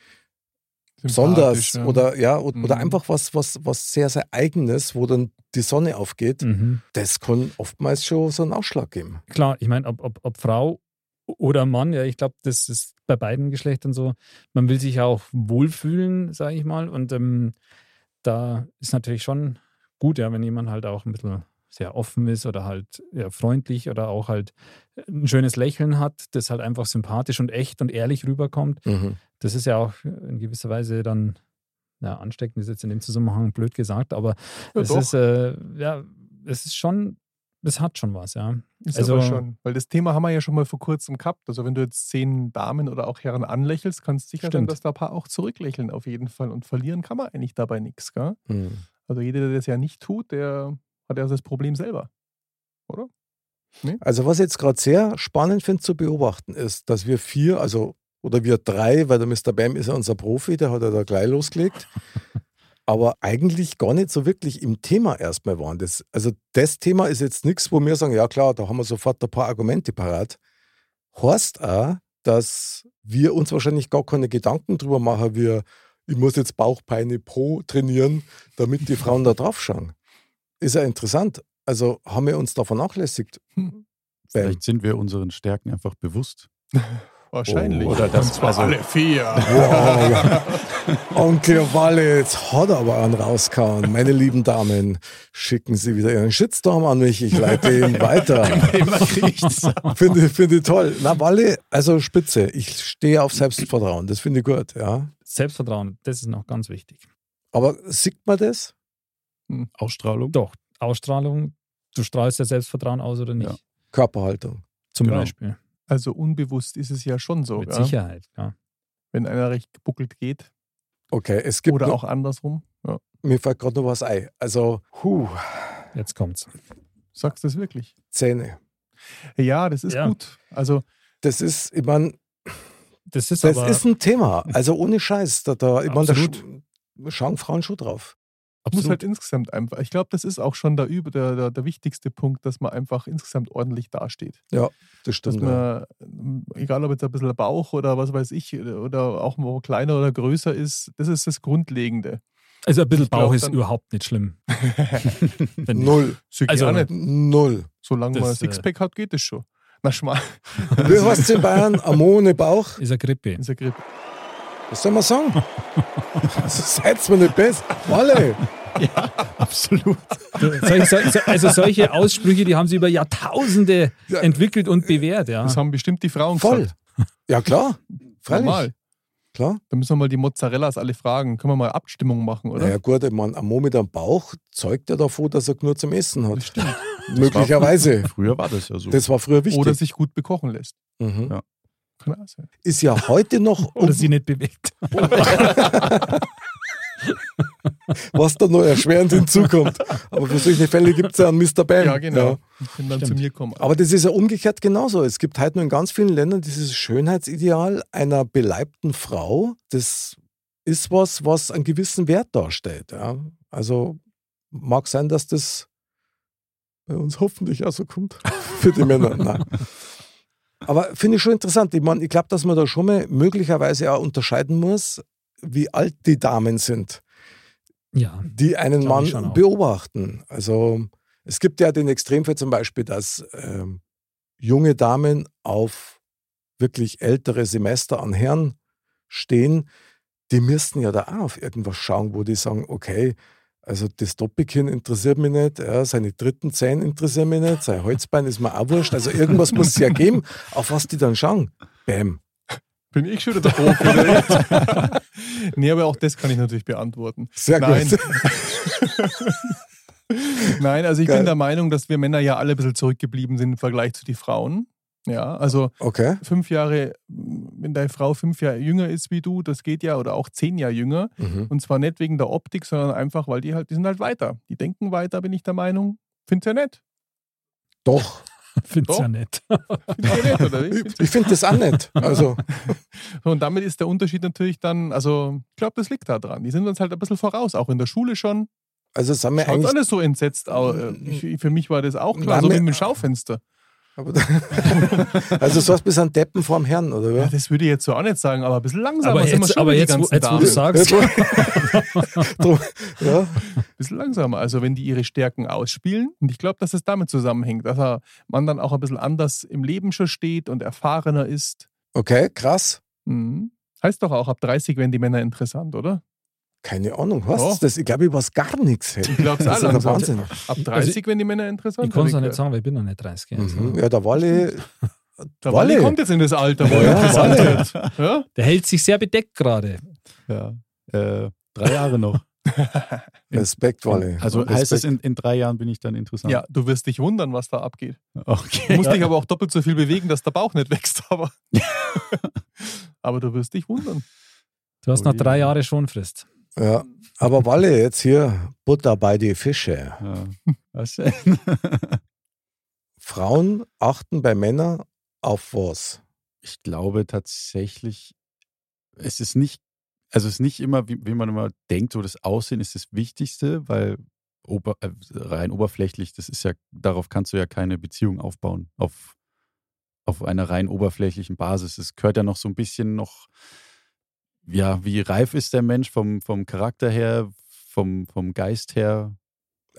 besonders
Sympathisch, ja.
oder ja, oder, oder
Mhm.
einfach was, was, was sehr, sehr eigenes, wo dann die Sonne aufgeht,
Mhm.
das kann oftmals schon so einen Ausschlag geben.
klar, ich meine, ob, ob, ob Frau oder Mann, ja, ich glaube, das ist bei beiden Geschlechtern so. Man will sich ja auch wohlfühlen, sage ich mal. Und ähm, da ist natürlich schon gut, ja, wenn jemand halt auch ein bisschen sehr offen ist oder halt ja, freundlich oder auch halt ein schönes Lächeln hat, das halt einfach sympathisch und echt und ehrlich rüberkommt.
Mhm.
Das ist ja auch in gewisser Weise dann, ja, ansteckend ist jetzt in dem Zusammenhang blöd gesagt, aber
Ja,
es
doch.
ist, äh, ja, es ist schon, es hat schon was, ja.
Ist
Also-
aber schon. Weil das Thema haben wir ja schon mal vor kurzem gehabt. Also wenn du jetzt zehn Damen oder auch Herren anlächelst, kannst du sicher sein,
Stimmt.
dass da ein paar auch zurücklächeln auf jeden Fall. Und verlieren kann man eigentlich dabei nichts, gell?
Mhm.
Also jeder, der das ja nicht tut, der hat ja das Problem selber. Oder?
Also was ich jetzt gerade sehr spannend finde zu beobachten ist, dass wir vier, also oder wir drei, weil der Mr. Bam ist ja unser Profi, der hat ja da gleich losgelegt, aber eigentlich gar nicht so wirklich im Thema erstmal waren. Das, also das Thema ist jetzt nichts, wo wir sagen, ja klar, da haben wir sofort ein paar Argumente parat. Horst auch, dass wir uns wahrscheinlich gar keine Gedanken drüber machen, wir, ich muss jetzt Bauchbeine pro trainieren, damit die Frauen da drauf schauen. Ist ja interessant. Also haben wir uns da vernachlässigt. Bam.
Vielleicht sind wir unseren Stärken einfach bewusst.
Wahrscheinlich.
Oh, oder das-
Und zwar
also-
alle vier.
Wow, ja. Onkel Walle, jetzt hat er aber einen rausgehauen. Meine lieben Damen, schicken Sie wieder Ihren Shitstorm an mich, ich leite ihn weiter.
Immer kriegt's.
Finde finde ich toll. Na, Walle, also Spitze, ich stehe auf Selbstvertrauen, das finde ich gut, ja.
Selbstvertrauen, das ist noch ganz wichtig.
Aber sieht man das?
Ausstrahlung.
Doch, Ausstrahlung, du strahlst ja Selbstvertrauen aus oder nicht.
Ja.
Körperhaltung.
Zum
Genau.
Beispiel.
Also unbewusst ist es ja schon so,
Mit
gell?
Sicherheit. Ja.
wenn einer recht gebuckelt geht.
Okay, es gibt,
oder
noch,
auch andersrum. Ja.
mir fällt gerade noch was ein. Also, huh,
Jetzt kommt's.
Sagst du das wirklich?
Zähne.
Ja, das ist
Ja.
gut. Also
Das ist, ich meine,
Das ist
das
aber
ist ein Thema. Also ohne Scheiß, da, da, ich meine, da sch
Absolut.
schauen Frauen schon drauf.
muss halt
absolut.
insgesamt einfach. Ich glaube, das ist auch schon der, übe- der, der, der wichtigste Punkt, dass man einfach insgesamt ordentlich dasteht.
Das
Dass
stimmt. ja.
halt man, ähm, egal ob jetzt ein bisschen Bauch oder was weiß ich, oder auch mal kleiner oder größer ist, das ist das Grundlegende.
Also ein bisschen
Ich glaub,
Bauch ist
dann-
überhaupt nicht schlimm. Wenn-
Null.
Sicher
Also-
auch nicht.
Null.
Solange man
Das,
ein Sixpack hat, geht es schon. Na schmal,
Wie heißt in Bayern? Amone Bauch?
Ist eine Grippe.
dieser Grip.
Was soll man sagen? Also seid's mir nicht besser. Alle.
Absolut.
Solche- so- so- also solche Aussprüche, die haben sie über Jahrtausende
Ja.
entwickelt und bewährt. Ja.
Das haben bestimmt die Frauen
Voll.
gesagt.
Ja, klar. Freilich.
Normal.
Klar.
Da müssen wir mal die Mozzarellas alle fragen. Können wir mal Abstimmung machen, oder?
Naja, gut, ich mein, Amon mit einem Bauch zeugt ja davon, dass er nur zum Essen
Das
hat.
stimmt.
Möglicherweise.
Früher war das ja so.
Das war früher wichtig.
Oder sich gut bekochen lässt.
mhm.
Ja.
Kann auch sein.
Ist ja heute noch, um-
Oder sie nicht bewegt.
was da noch erschwerend hinzukommt. Aber für solche Fälle gibt es ja einen Mr. Bam.
Ja, genau. Wenn dann zu mir kommen.
Ähm, Aber das ist ja umgekehrt genauso. Es gibt halt nur in ganz vielen Ländern dieses Schönheitsideal einer beleibten Frau. Das ist was, was einen gewissen Wert darstellt. Ja. Also mag sein, dass das bei uns hoffentlich auch so kommt. Für die Männer. Nein. Aber finde ich schon interessant. Ich meine, ich glaube, dass man da schon mal möglicherweise auch unterscheiden muss, wie alt die Damen sind.
Ja.
die einen
Glaub ich schon
Mann
auch.
beobachten. Also es gibt ja den Extremfall zum Beispiel, dass ähm, junge Damen auf wirklich ältere Semester an Herren stehen. Die müssten ja da auch auf irgendwas schauen, wo die sagen, okay, also das Doppelkinn interessiert mich nicht, ja, seine dritten Zähne interessieren mich nicht, sein Holzbein ist mir auch wurscht. Also irgendwas muss es ja geben, auf was die dann schauen. Bäm.
Bin ich schon wieder der Profi? oder jetzt? nee, aber auch das kann ich natürlich beantworten.
Sehr
Nein.
gut.
Nein, also ich
Geil.
bin der Meinung, dass wir Männer ja alle ein bisschen zurückgeblieben sind im Vergleich zu den Frauen. Ja, also
Okay.
fünf Jahre, wenn deine Frau fünf Jahre jünger ist wie du, das geht ja, oder auch zehn Jahre jünger.
Mhm.
Und zwar nicht wegen der Optik, sondern einfach, weil die halt, die sind halt weiter. Die denken weiter, bin ich der Meinung. Find's ja nett.
Doch.
Finde ich
Doch.
ja nett.
Find's ja nett, oder nicht?
Ich, ich finde das auch nett. Also,
So, Und damit ist der Unterschied natürlich dann, also ich glaube, das liegt da dran. Die sind uns halt ein bisschen voraus, auch in der Schule schon.
also es haben wir
Schaut
eigentlich
alles so entsetzt aus. Äh, Ich, für mich war das auch klar,
Nein,
so
mir-
wie mit dem Schaufenster.
Aber da, also so hast du an Deppen vorm Herrn, oder?
Ja,
Ja,
Ah, das würde ich jetzt so auch nicht sagen, aber ein bisschen langsamer
Aber
sind wir
jetzt,
schon
aber
wie die
jetzt, wo,
ganzen
jetzt, wo
Damen.
du sagst,
Drum- ja.
Ein bisschen langsamer, also wenn die ihre Stärken ausspielen. Und ich glaube, dass es damit zusammenhängt, dass er- man dann auch ein bisschen anders im Leben schon steht und erfahrener ist.
Okay, krass.
Mhm. Heißt doch auch, ab 30 werden die Männer interessant, oder?
Keine Ahnung, was
Doch.
ist das? Ich glaube, ich weiß gar nichts. Hey.
Ich glaube es
Das ist
auch
ja der
langsam.
Wahnsinn.
Ab 30 werden die Männer interessant.
Also ich kann es noch
hab
nicht sagen, weil ich bin noch nicht 30. Also.
Mhm. Ja, der Walle,
Der Wally
Walle.
kommt jetzt in das Alter, wo
Ja,
er interessant
Walle.
wird. Ja?
Der hält sich sehr bedeckt gerade.
Ja. Äh, drei Jahre noch.
Respekt, Walle.
Also
Respekt.
heißt es, in, in drei Jahren bin ich dann interessant.
ja, du wirst dich wundern, was da abgeht. Du
Okay.
musst dich aber auch doppelt so viel bewegen, dass der Bauch nicht wächst. Aber, aber du wirst dich wundern.
Du hast noch
Ui.
drei Jahre Schonfrist.
Ja. Aber Walle, jetzt hier, Butter bei die Fische.
Ja. Was?
Frauen achten bei Männern auf was?
Ich glaube tatsächlich, es ist nicht, also es ist nicht immer, wie, wie man immer denkt, so das Aussehen ist das Wichtigste, weil ober, äh, rein oberflächlich, das ist ja, darauf kannst du ja keine Beziehung aufbauen, auf, auf einer rein oberflächlichen Basis. Es gehört ja noch so ein bisschen noch, ja, wie reif ist der Mensch vom, vom Charakter her, vom, vom Geist her.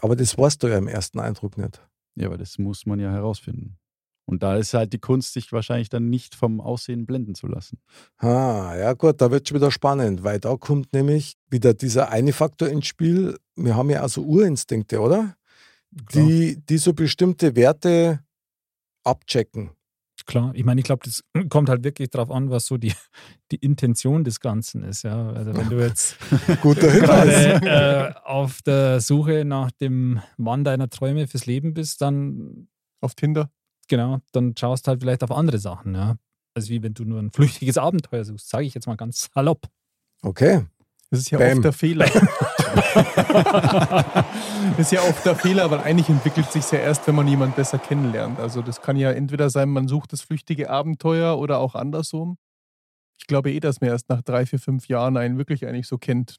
Aber das weißt du ja im ersten Eindruck nicht.
Ja, aber das muss man ja herausfinden. Und da ist halt die Kunst, sich wahrscheinlich dann nicht vom Aussehen blenden zu lassen.
Ah, ja gut, da wird schon wieder spannend, weil da kommt nämlich wieder dieser eine Faktor ins Spiel. Wir haben ja also Urinstinkte, oder? Die, die so bestimmte Werte abchecken.
Klar, ich meine, ich glaube, das kommt halt wirklich darauf an, was so die, die Intention des Ganzen ist. Ja? Also wenn du jetzt
Guter Hinweis.
gerade äh, auf der Suche nach dem Mann deiner Träume fürs Leben bist, dann
Auf Tinder.
genau, dann schaust halt vielleicht auf andere Sachen. Ja? Also wie wenn du nur ein flüchtiges Abenteuer suchst, sage ich jetzt mal ganz salopp.
Okay.
Das ist ja
Bam.
oft der Fehler. das ist ja oft der Fehler, weil eigentlich entwickelt sich ja erst, wenn man jemanden besser kennenlernt. Also das kann ja entweder sein, man sucht das flüchtige Abenteuer oder auch andersrum. Ich glaube eh, dass man erst nach drei, vier, fünf Jahren einen wirklich eigentlich so kennt.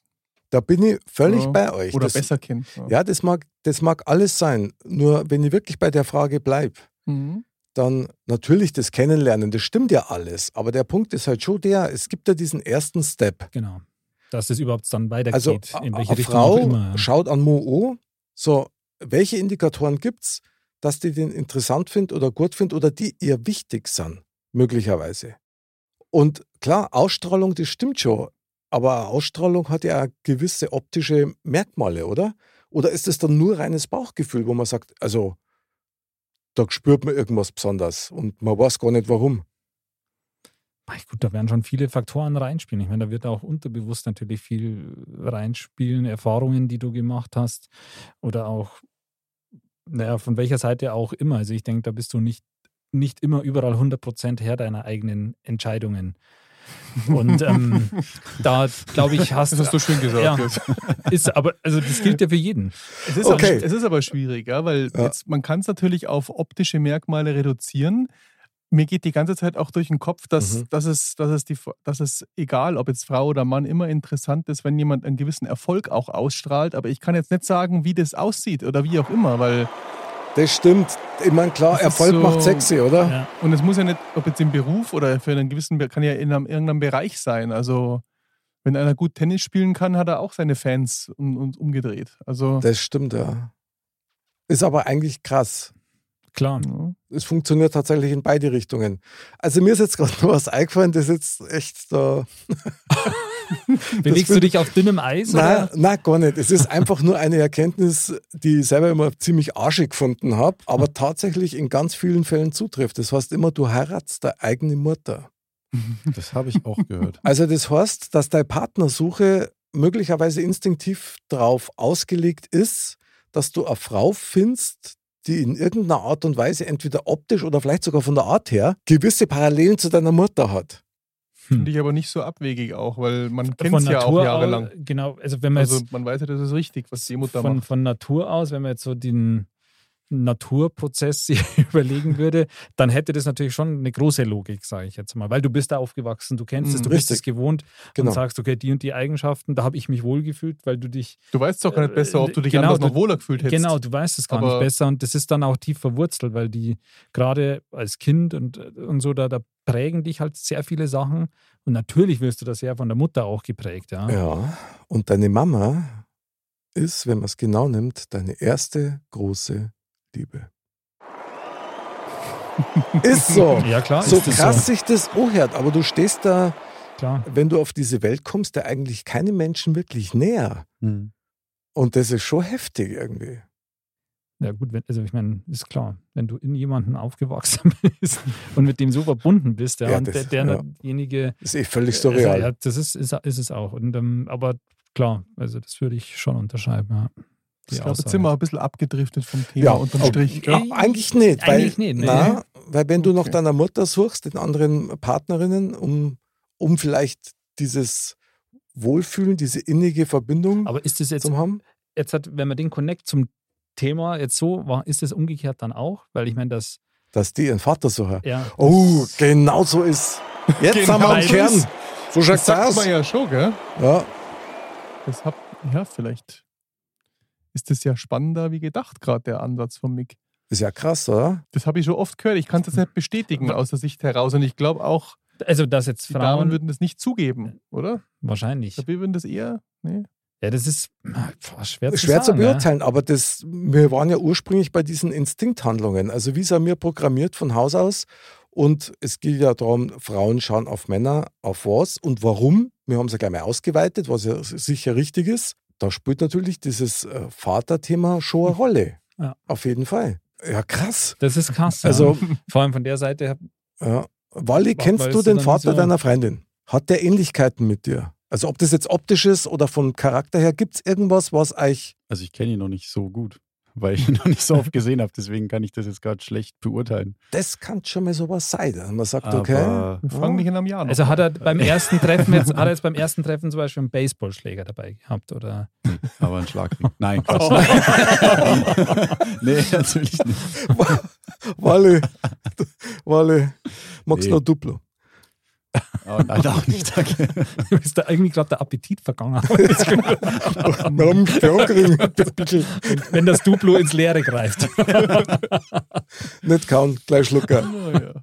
Da bin ich völlig
Ja.
bei euch.
Oder
das,
besser kennt.
Ja, das mag, das mag alles sein. Nur wenn ich wirklich bei der Frage bleibe,
Mhm.
dann natürlich das Kennenlernen, das stimmt ja alles. Aber der Punkt ist halt schon der, es gibt ja diesen ersten Step.
Genau. Dass es überhaupt dann weitergeht,
Also
in
a-
welche
a-
Richtung
Frau
auch immer. ja.
schaut an Mo so welche Indikatoren gibt es, dass die den interessant findet oder gut findet oder die ihr wichtig sind, möglicherweise. Und klar, Ausstrahlung, das stimmt schon, aber Ausstrahlung hat ja gewisse optische Merkmale, oder? Oder ist es dann nur reines Bauchgefühl, wo man sagt, also da spürt man irgendwas besonders und man weiß gar nicht warum.
Mei, Gut, da werden schon viele Faktoren reinspielen. Ich meine, da wird auch unterbewusst natürlich viel reinspielen, Erfahrungen, die du gemacht hast oder auch, naja, von welcher Seite auch immer. Also ich denke, da bist du nicht, nicht immer überall 100% Herr deiner eigenen Entscheidungen. Und ähm, da, glaube ich, hast
Das hast du schön gesagt.
Ja.
jetzt.
Ist aber, also das gilt ja für jeden.
Es ist,
Okay.
aber, es ist aber schwierig, ja, weil
Ja.
Jetzt, man kann es natürlich auf optische Merkmale reduzieren. Mir geht die ganze Zeit auch durch den Kopf, dass,
Mhm.
dass, es, dass, es die, dass es egal, ob jetzt Frau oder Mann, immer interessant ist, wenn jemand einen gewissen Erfolg auch ausstrahlt. Aber ich kann jetzt nicht sagen, wie das aussieht oder wie auch immer, weil
Das stimmt. Ich meine, klar,
Das ist
Erfolg
so-
macht sexy, oder?
Ja.
und es muss ja nicht, ob jetzt im Beruf oder für einen gewissen, Be- kann ja in einem, irgendeinem Bereich sein. Also Wenn einer gut Tennis spielen kann, hat er auch seine Fans und, und umgedreht. Also
Das stimmt, ja. Ist aber eigentlich krass.
Klar.
ja.
Es funktioniert tatsächlich in beide Richtungen. Also mir ist jetzt gerade noch was eingefallen, das ist jetzt echt da.
Bewegst du
wird-
dich auf dünnem Eis?
Nein,
Oder?
nein, gar nicht. Es ist einfach nur eine Erkenntnis, die ich selber immer ziemlich arschig gefunden habe, aber tatsächlich in ganz vielen Fällen zutrifft. Das heißt immer, du heiratst deine eigene Mutter.
Das habe ich auch gehört.
Also das heißt, dass deine Partnersuche möglicherweise instinktiv darauf ausgelegt ist, dass du eine Frau findest, die in irgendeiner Art und Weise, entweder optisch oder vielleicht sogar von der Art her, gewisse Parallelen zu deiner Mutter hat. Hm.
finde ich aber nicht so abwegig auch, weil man kennt
Von
es ja auch
Natur
jahrelang.
aus. Genau, also wenn man
Also
jetzt
man weiß ja, das ist richtig, was die Mutter
von,
macht.
von Natur aus, wenn man jetzt so den Naturprozess sich überlegen würde, dann hätte das natürlich schon eine große Logik, sage ich jetzt mal. Weil du bist da aufgewachsen, du kennst es,
Mhm.
du bist es
Richtig.
gewohnt
Genau.
und sagst, okay, die und die Eigenschaften, da habe ich mich wohlgefühlt, weil du dich
Du weißt doch gar
Äh,
nicht besser, ob du dich
genau,
anders
du-
noch wohler gefühlt hättest.
Genau, du weißt es gar
Aber-
nicht besser und das ist dann auch tief verwurzelt, weil die gerade als Kind und, und so, da, da prägen dich halt sehr viele Sachen und natürlich wirst du das ja von der Mutter auch geprägt, ja.
Ja, und deine Mama ist, wenn man es genau nimmt, deine erste große Liebe. ist so.
Ja, klar,
So
ist das
krass sich das anhört, aber du stehst da,
so. Klar.
wenn du auf diese Welt kommst, der eigentlich keinem Menschen wirklich näher.
Hm.
Und das ist schon heftig irgendwie.
Ja, gut, wenn, also ich meine, ist klar, wenn du in jemanden aufgewachsen bist und mit dem so verbunden bist, ja,
Ja,
und
das-
der,
ja.
derjenige.
Das ist eh völlig
Also,
surreal.
ja, das ist, ist, ist es auch. Und, ähm, aber klar, also das würde ich schon unterschreiben, ja. Die
Ich glaube, jetzt
Aussage.
sind wir ein bisschen abgedriftet vom Thema
Ja,
unterm
oh.
Strich.
Ja, eigentlich nicht.
Eigentlich
weil,
nicht, ne?
Na, weil wenn du nach
Okay.
deiner Mutter suchst, den anderen Partnerinnen, um, um vielleicht dieses Wohlfühlen, diese innige Verbindung
aber ist das jetzt
zu haben.
jetzt hat, wenn man den Connect zum Thema jetzt so war, ist es umgekehrt dann auch? Weil ich meine, das,
dass die ihren Vater suchen.
ja.
Oh, genau so ist. Jetzt
Genau
sind wir am
so
Kern.
ist.
So
Das
schaut's
sagt
aus.
man ja schon, gell?
Ja,
Das hab, ja, vielleicht ist das ja spannender wie gedacht, gerade der Ansatz von Mick.
ist ja krass, oder?
Das habe ich schon oft gehört. Ich kann es jetzt nicht bestätigen aus der Sicht heraus. Und ich glaube auch,
Also, dass jetzt
die Damen
Frauen.
würden das nicht zugeben, oder? Ich
wahrscheinlich.
glaube, wir würden das eher. Nee.
Ja, das ist pf, schwer zu
Schwer zu
sagen, ne?
beurteilen, aber das, wir waren ja ursprünglich bei diesen Instinkthandlungen. Also wie sind wir programmiert von Haus aus? Und es geht ja darum, Frauen schauen auf Männer, auf was und warum. Wir haben es ja gleich mal ausgeweitet, was ja sicher richtig ist. Da spielt natürlich dieses äh, Vaterthema schon eine Rolle.
Ja.
Auf jeden Fall. Ja, krass.
Das ist krass. ja.
Also
vor allem von der Seite hab-
Ja. Wally,
Macht
kennst
man
du
das dann
den
nicht
Vater
so?
deiner Freundin? Hat der Ähnlichkeiten mit dir? Also ob das jetzt optisch ist oder vom Charakter her, gibt es irgendwas, was euch...
Also ich kenne ihn noch nicht so gut, weil ich ihn noch nicht so oft gesehen habe. Deswegen kann ich das jetzt gerade schlecht beurteilen.
Das kann schon mal sowas sein. dass Man sagt,
Aber
okay.
Wir fragen dich in einem Jahr Ah, noch.
also hat er beim ersten Treffen jetzt, hat er jetzt beim ersten Treffen zum Beispiel einen Baseballschläger dabei gehabt oder
Aber ein Schlagring. Nein, Quatsch. nee, natürlich nicht.
Wally, Wally, magst du
Nee.
noch Duplo?
Oh, nein, auch nicht. Danke.
ist da irgendwie gerade der Appetit vergangen.
Warum Klockring? um Bitte
wenn das Duplo ins Leere greift.
Nicht kauen, gleich schlucken.
Oh, ja.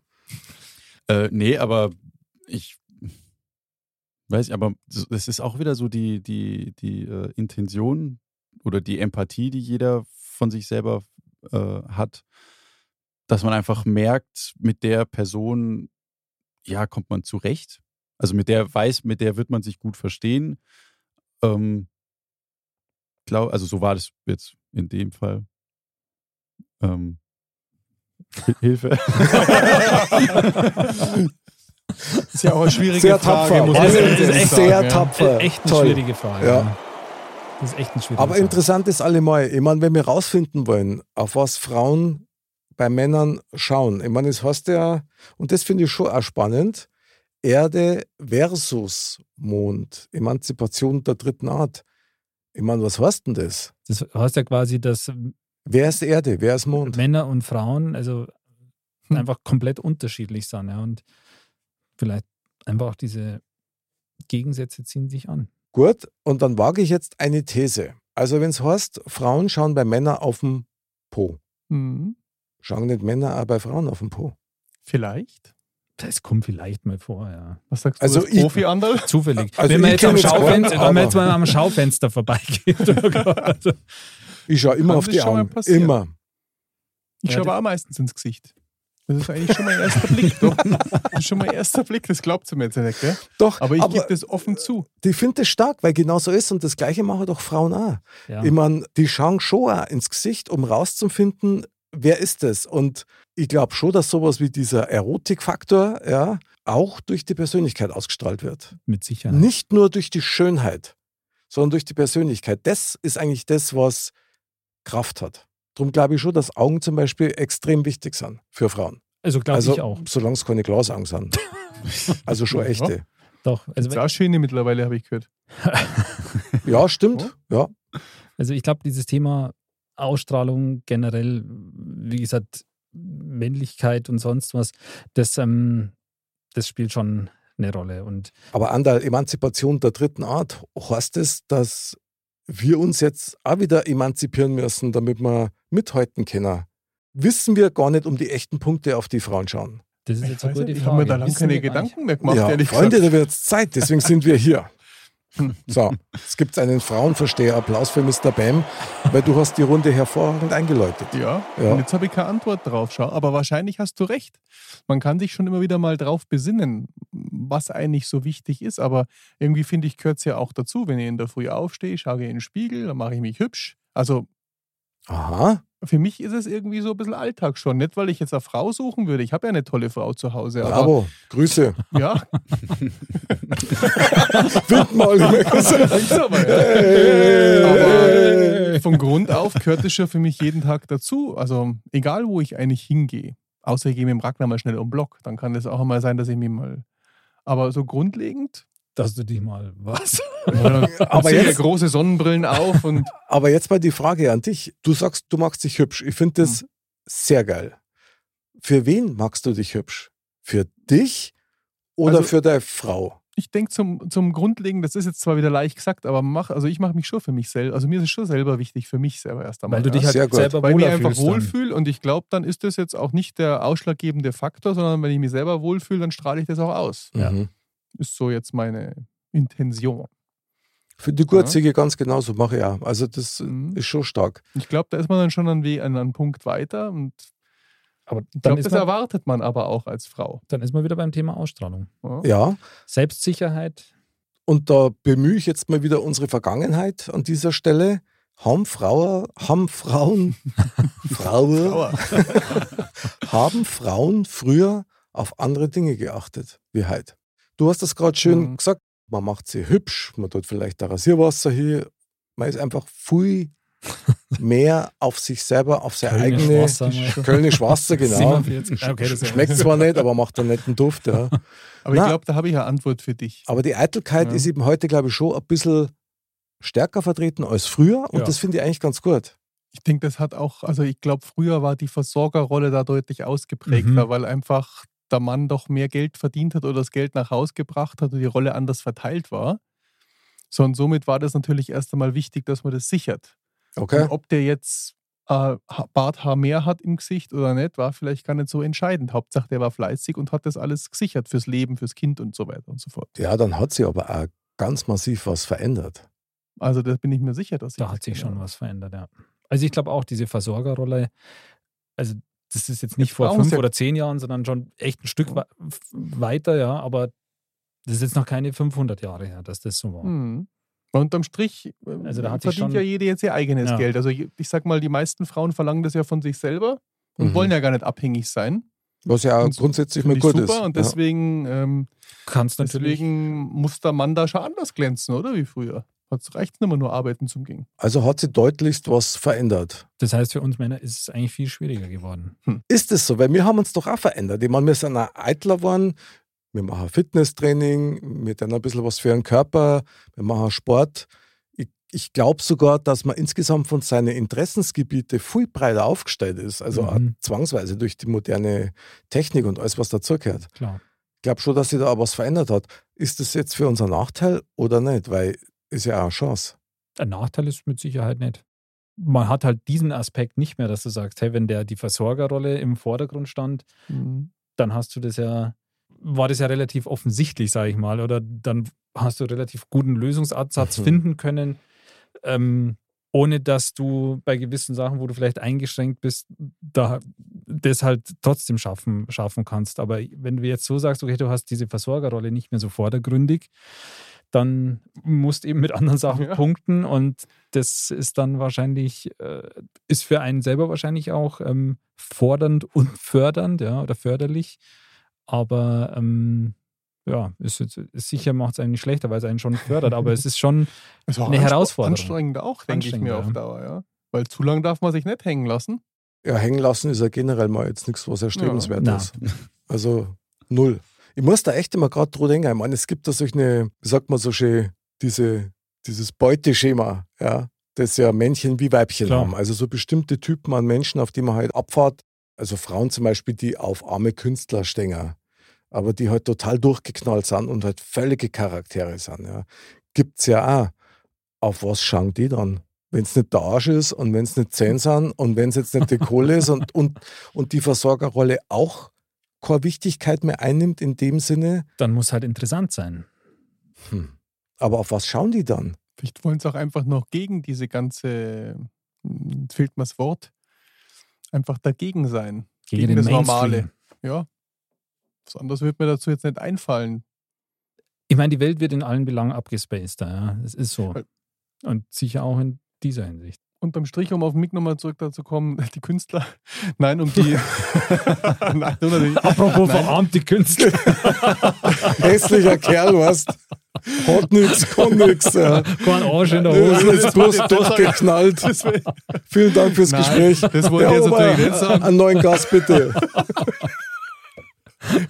Äh, nee, aber ich weiß, nicht, aber so- es ist auch wieder so die, die, die äh, Intention oder die Empathie, die jeder von sich selber äh, hat, dass man einfach merkt, mit der Person, ja, kommt man zurecht. Also mit der weiß, mit der wird man sich gut verstehen. Ähm, glaub, also so war das jetzt in dem Fall. Ähm, Hi- Hilfe.
ist ja auch eine schwierige
Sehr
Frage.
tapfer.
muss
Wally
Alle-
ich ganz ehrlich
ist
echt
sagen,
sehr
ja. E-,
tapfer.
echt eine
Toll.
schwierige Frage.
Ja.
ja. Das ist echt eine schwierige
Aber
Frage.
interessant ist allemal, ich meine, wenn wir rausfinden wollen, auf was Frauen bei Männern schauen. Ich meine, es heißt ja, und das finde ich schon auch spannend, Erde versus Mond, Emanzipation der dritten Art. Ich meine, was heißt denn das?
Das heißt ja quasi, dass
Wer ist Erde, wer ist Mond?
Männer und Frauen, also einfach komplett unterschiedlich sind. Ja. Und vielleicht einfach auch diese Gegensätze ziehen sich an.
Gut, und dann wage ich jetzt eine These. Also wenn es heißt, Frauen schauen bei Männern auf den Po.
Mhm.
Schauen nicht Männer auch bei Frauen auf den Po?
Vielleicht.
Das kommt vielleicht mal vor, ja.
Was sagst du
Also
als
ich-
Profi, Anderl?
Zufällig.
Also
wenn man
ich
jetzt,
kenn
am
jetzt keinen
Schaufenster, wenn
Araber.
man jetzt mal am Schaufenster vorbeigeht. also,
Ich schaue immer
Kann
auf
das
die
schon mal
Augen.
passieren?
Immer.
Ich
Ja,
schaue
die-
aber auch meistens ins Gesicht. Das ist eigentlich schon mein erster Blick. Doch. Das ist schon mein erster Blick, das glaubt sie mir jetzt nicht, gell?
Doch,
Aber ich gebe
aber
das offen zu.
ich finde das stark, weil genau so ist und das Gleiche machen doch Frauen auch.
ja.
Ich meine, die schauen schon auch ins Gesicht, um rauszufinden, wer ist das. Und ich glaube schon, dass sowas wie dieser Erotikfaktor ja, auch durch die Persönlichkeit ausgestrahlt wird.
Mit Sicherheit.
Nicht nur durch die Schönheit, sondern durch die Persönlichkeit. Das ist eigentlich das, was Kraft hat. Darum glaube ich schon, dass Augen zum Beispiel extrem wichtig sind für Frauen.
Also glaube
also
ich auch.
solange es keine Glasaugen sind. Also schon
Ja.
echte.
Doch. Also,
Das ist auch schöne mittlerweile, habe ich gehört.
Ja, stimmt. Ja.
Also ich glaube, dieses Thema Ausstrahlung generell, wie gesagt, Männlichkeit und sonst was, das, ähm, das spielt schon eine Rolle. Und
Aber an der Emanzipation der dritten Art heißt es, dass wir uns jetzt auch wieder emanzipieren müssen, damit wir mithalten können. Wissen wir gar nicht um die echten Punkte, auf die Frauen schauen.
das ist jetzt eine
weiß
gute Frage.
nicht, ich habe mir da lange
Wissen wir
keine
gar nicht.
Gedanken mehr gemacht,
ja,
ehrlich
Freunde,
gesagt.
da wird Zeit, deswegen sind wir hier. So, es gibt einen Frauenversteher. Applaus für Mr. Bam, weil du hast die Runde hervorragend eingeläutet.
Ja.
Ja.
und jetzt habe ich keine Antwort drauf. Schau, aber wahrscheinlich hast du recht. Man kann sich schon immer wieder mal drauf besinnen, was eigentlich so wichtig ist. Aber irgendwie finde ich, gehört es ja auch dazu, wenn ich in der Früh aufstehe, schaue ich in den Spiegel, dann mache ich mich hübsch. Also
Aha,
für mich ist es irgendwie so ein bisschen Alltag schon. Nicht, weil ich jetzt eine Frau suchen würde. Ich habe ja eine tolle Frau zu Hause. Aber,
bravo, Grüße.
ja,
Wind mal.
Sag's aber, ja. aber vom Grund auf gehört es schon für mich jeden Tag dazu. Also egal, wo ich eigentlich hingehe, außer ich gehe mit dem Ragnar mal schnell um den Block, dann kann das auch einmal sein, dass ich mich mal... Aber so grundlegend,
Dass du dich mal was.
aber
Aber
jetzt
jetzt-
große Sonnenbrillen auf und
Aber jetzt mal die Frage an dich. Du sagst, du magst dich hübsch. Ich finde das sehr geil. Für wen magst du dich hübsch? Für dich oder
Also-
für deine Frau?
ich denke zum, zum Grundlegenden, das ist jetzt zwar wieder leicht gesagt, aber mach, also ich mache mich schon für mich selber, also mir ist es schon selber wichtig, für mich selber erst einmal.
Weil du dich
ja.
halt
sehr gut.
selber
weil ich mich
wohler
einfach
fühlst. dann.
wohlfühle und ich glaube, dann ist das jetzt auch nicht der ausschlaggebende Faktor, sondern wenn ich mich selber wohlfühle, dann strahle ich das auch aus.
Ja.
Mhm.
ist so jetzt meine Intention.
Für die Gurzige ganz genauso mache ich auch. Also das
Mhm.
ist schon stark.
Ich glaube, da ist man dann schon an, wie, an einem Punkt weiter und
Aber
ich
dann,
glaube,
ist
das
man,
erwartet man aber auch als Frau.
dann ist man wieder beim Thema Ausstrahlung.
Ja.
Ja.
Selbstsicherheit.
Und da bemühe ich jetzt mal wieder unsere Vergangenheit an dieser Stelle. Haben Frauen, haben Frauen, Frauen,
Aua.
haben Frauen früher auf andere Dinge geachtet wie heute. Du hast das gerade schön
Mhm.
gesagt, man macht sie hübsch, man tut vielleicht da Rasierwasser hier, man ist einfach viel mehr auf sich selber, auf seine
Kölnisch
eigene
Wasser mal.
Kölnisch Wasser, genau.
47. Ja, okay, das ist-
Schmeckt zwar nicht, aber macht einen netten Duft. Ja.
Aber
Na.
ich glaube, da habe ich eine Antwort für dich.
Aber die Eitelkeit
Ja.
ist eben heute, glaube ich, schon ein bisschen stärker vertreten als früher und
Ja.
das finde ich eigentlich ganz gut.
Ich denke, das hat auch, also ich glaube, früher war die Versorgerrolle da deutlich ausgeprägter,
Mhm.
weil einfach der Mann doch mehr Geld verdient hat oder das Geld nach Haus gebracht hat und die Rolle anders verteilt war. So und somit war das natürlich erst einmal wichtig, dass man das sichert.
Okay.
Und ob der jetzt äh, Ha- Barthaar mehr hat im Gesicht oder nicht, war vielleicht gar nicht so entscheidend. Hauptsache, der war fleißig und hat das alles gesichert fürs Leben, fürs Kind und so weiter und so fort.
Ja, dann hat sie aber auch ganz massiv was verändert.
Also da bin ich mir sicher, dass ich
Da
das
hat sich
genau-
schon was verändert, ja. Also ich glaube auch, diese Versorgerrolle, also das ist jetzt nicht
Jetzt
vor
brauchen's
fünf
ja-
oder zehn Jahren, sondern schon echt ein Stück wa- f- weiter, ja, aber das ist jetzt noch keine 500 Jahre her, dass das so war.
Hm. Und Unterm Strich äh,
Also da hat sich
verdient
schon-
ja jede jetzt ihr eigenes
Ja.
Geld. Also ich, ich sag mal, die meisten Frauen verlangen das ja von sich selber und
Mhm.
wollen ja gar nicht abhängig sein.
Was ja auch
Und so
grundsätzlich mal
Finde ich
gut
super
ist.
und
Ja.
deswegen, ähm,
Kannst natürlich.
deswegen muss der Mann da schon anders glänzen, oder? Wie früher. Hat's reicht nicht mehr nur arbeiten zum Gehen.
Also hat sie deutlichst was verändert.
Das heißt, für uns Männer ist es eigentlich viel schwieriger geworden.
Ist es so? Weil wir haben uns doch auch verändert. Ich meine, wir sind auch eitler geworden. Wir machen Fitnesstraining, wir tun ein bisschen was für den Körper, wir machen Sport. Ich, ich glaube sogar, dass man insgesamt von seinen Interessensgebieten viel breiter aufgestellt ist. Also auch
Mhm.
zwangsweise durch die moderne Technik und alles, was dazugehört.
Klar.
Ich glaube schon, dass sich da auch was verändert hat. Ist das jetzt für uns ein Nachteil oder nicht? Weil ist ja auch eine Chance.
Ein Nachteil ist mit Sicherheit nicht. Man hat halt diesen Aspekt nicht mehr, dass Mhm. du sagst, hey, wenn der die Versorgerrolle im Vordergrund stand, dann hast du das ja war das ja relativ offensichtlich, sage ich mal. Oder dann hast du relativ guten Lösungsansatz finden können, ähm, ohne dass du bei gewissen Sachen, wo du vielleicht eingeschränkt bist, da das halt trotzdem schaffen, schaffen kannst. Aber wenn du jetzt so sagst, okay, du hast diese Versorgerrolle nicht mehr so vordergründig, dann musst eben mit anderen Sachen
Ja.
punkten und das ist dann wahrscheinlich, äh, ist für einen selber wahrscheinlich auch ähm, fordernd und fördernd, ja, oder förderlich. Aber ähm, ja, ist, jetzt- ist sicher macht es einen nicht schlechter, weil es einen schon fördert, aber es ist schon,
Ist auch
Eine
anstre-
Herausforderung.
Anstrengend auch, denke ich mir
Anstrengend,
auf
ja.
Dauer, ja. Weil zu lang darf man sich nicht hängen lassen.
Ja, hängen lassen ist ja generell mal jetzt nichts, was erstrebenswert
Ja.
ist. Also null. Ich muss da echt immer gerade drüber denken. Ich meine, es gibt da solch eine, wie sagt man so schön, diese, dieses Beuteschema, ja, das ja Männchen wie Weibchen
Klar.
haben. Also so bestimmte Typen an Menschen, auf die man halt abfahrt. Also Frauen zum Beispiel, die auf arme Künstler stehen, aber die halt total durchgeknallt sind und halt völlige Charaktere sind. Ja. Gibt's ja auch. Auf was schauen die dann? Wenn es nicht der Arsch ist und wenn es nicht Zehn sind und wenn es jetzt nicht die Kohle ist und, und, und die Versorgerrolle auch keine Wichtigkeit mehr einnimmt in dem Sinne.
dann muss halt interessant sein.
Hm. Aber auf was schauen die dann?
Vielleicht wollen sie auch einfach noch gegen diese ganze, hm, jetzt fehlt mir das Wort, einfach dagegen sein. Gegen das Normale. Ja. Was anderes wird mir dazu jetzt nicht einfallen.
Ich meine, die Welt wird in allen Belangen abgespaced, ja, es ist so.
Weil-
Und sicher auch in dieser Hinsicht.
Unterm Strich, um auf den Mick nochmal zurück dazu kommen, die Künstler. Nein, und die. Nein, du natürlich.
Apropos
Nein.
verarmte Künstler.
Hässlicher Kerl, was? Hat nix, kann nix. Ja.
Kein Arsch in der
Das
Hose.
ist bloß
Das- das-
durchgeknallt.
Das will-
Vielen Dank fürs
Nein,
Gespräch.
das wollte ich jetzt natürlich nicht sagen.
Einen neuen Gast bitte.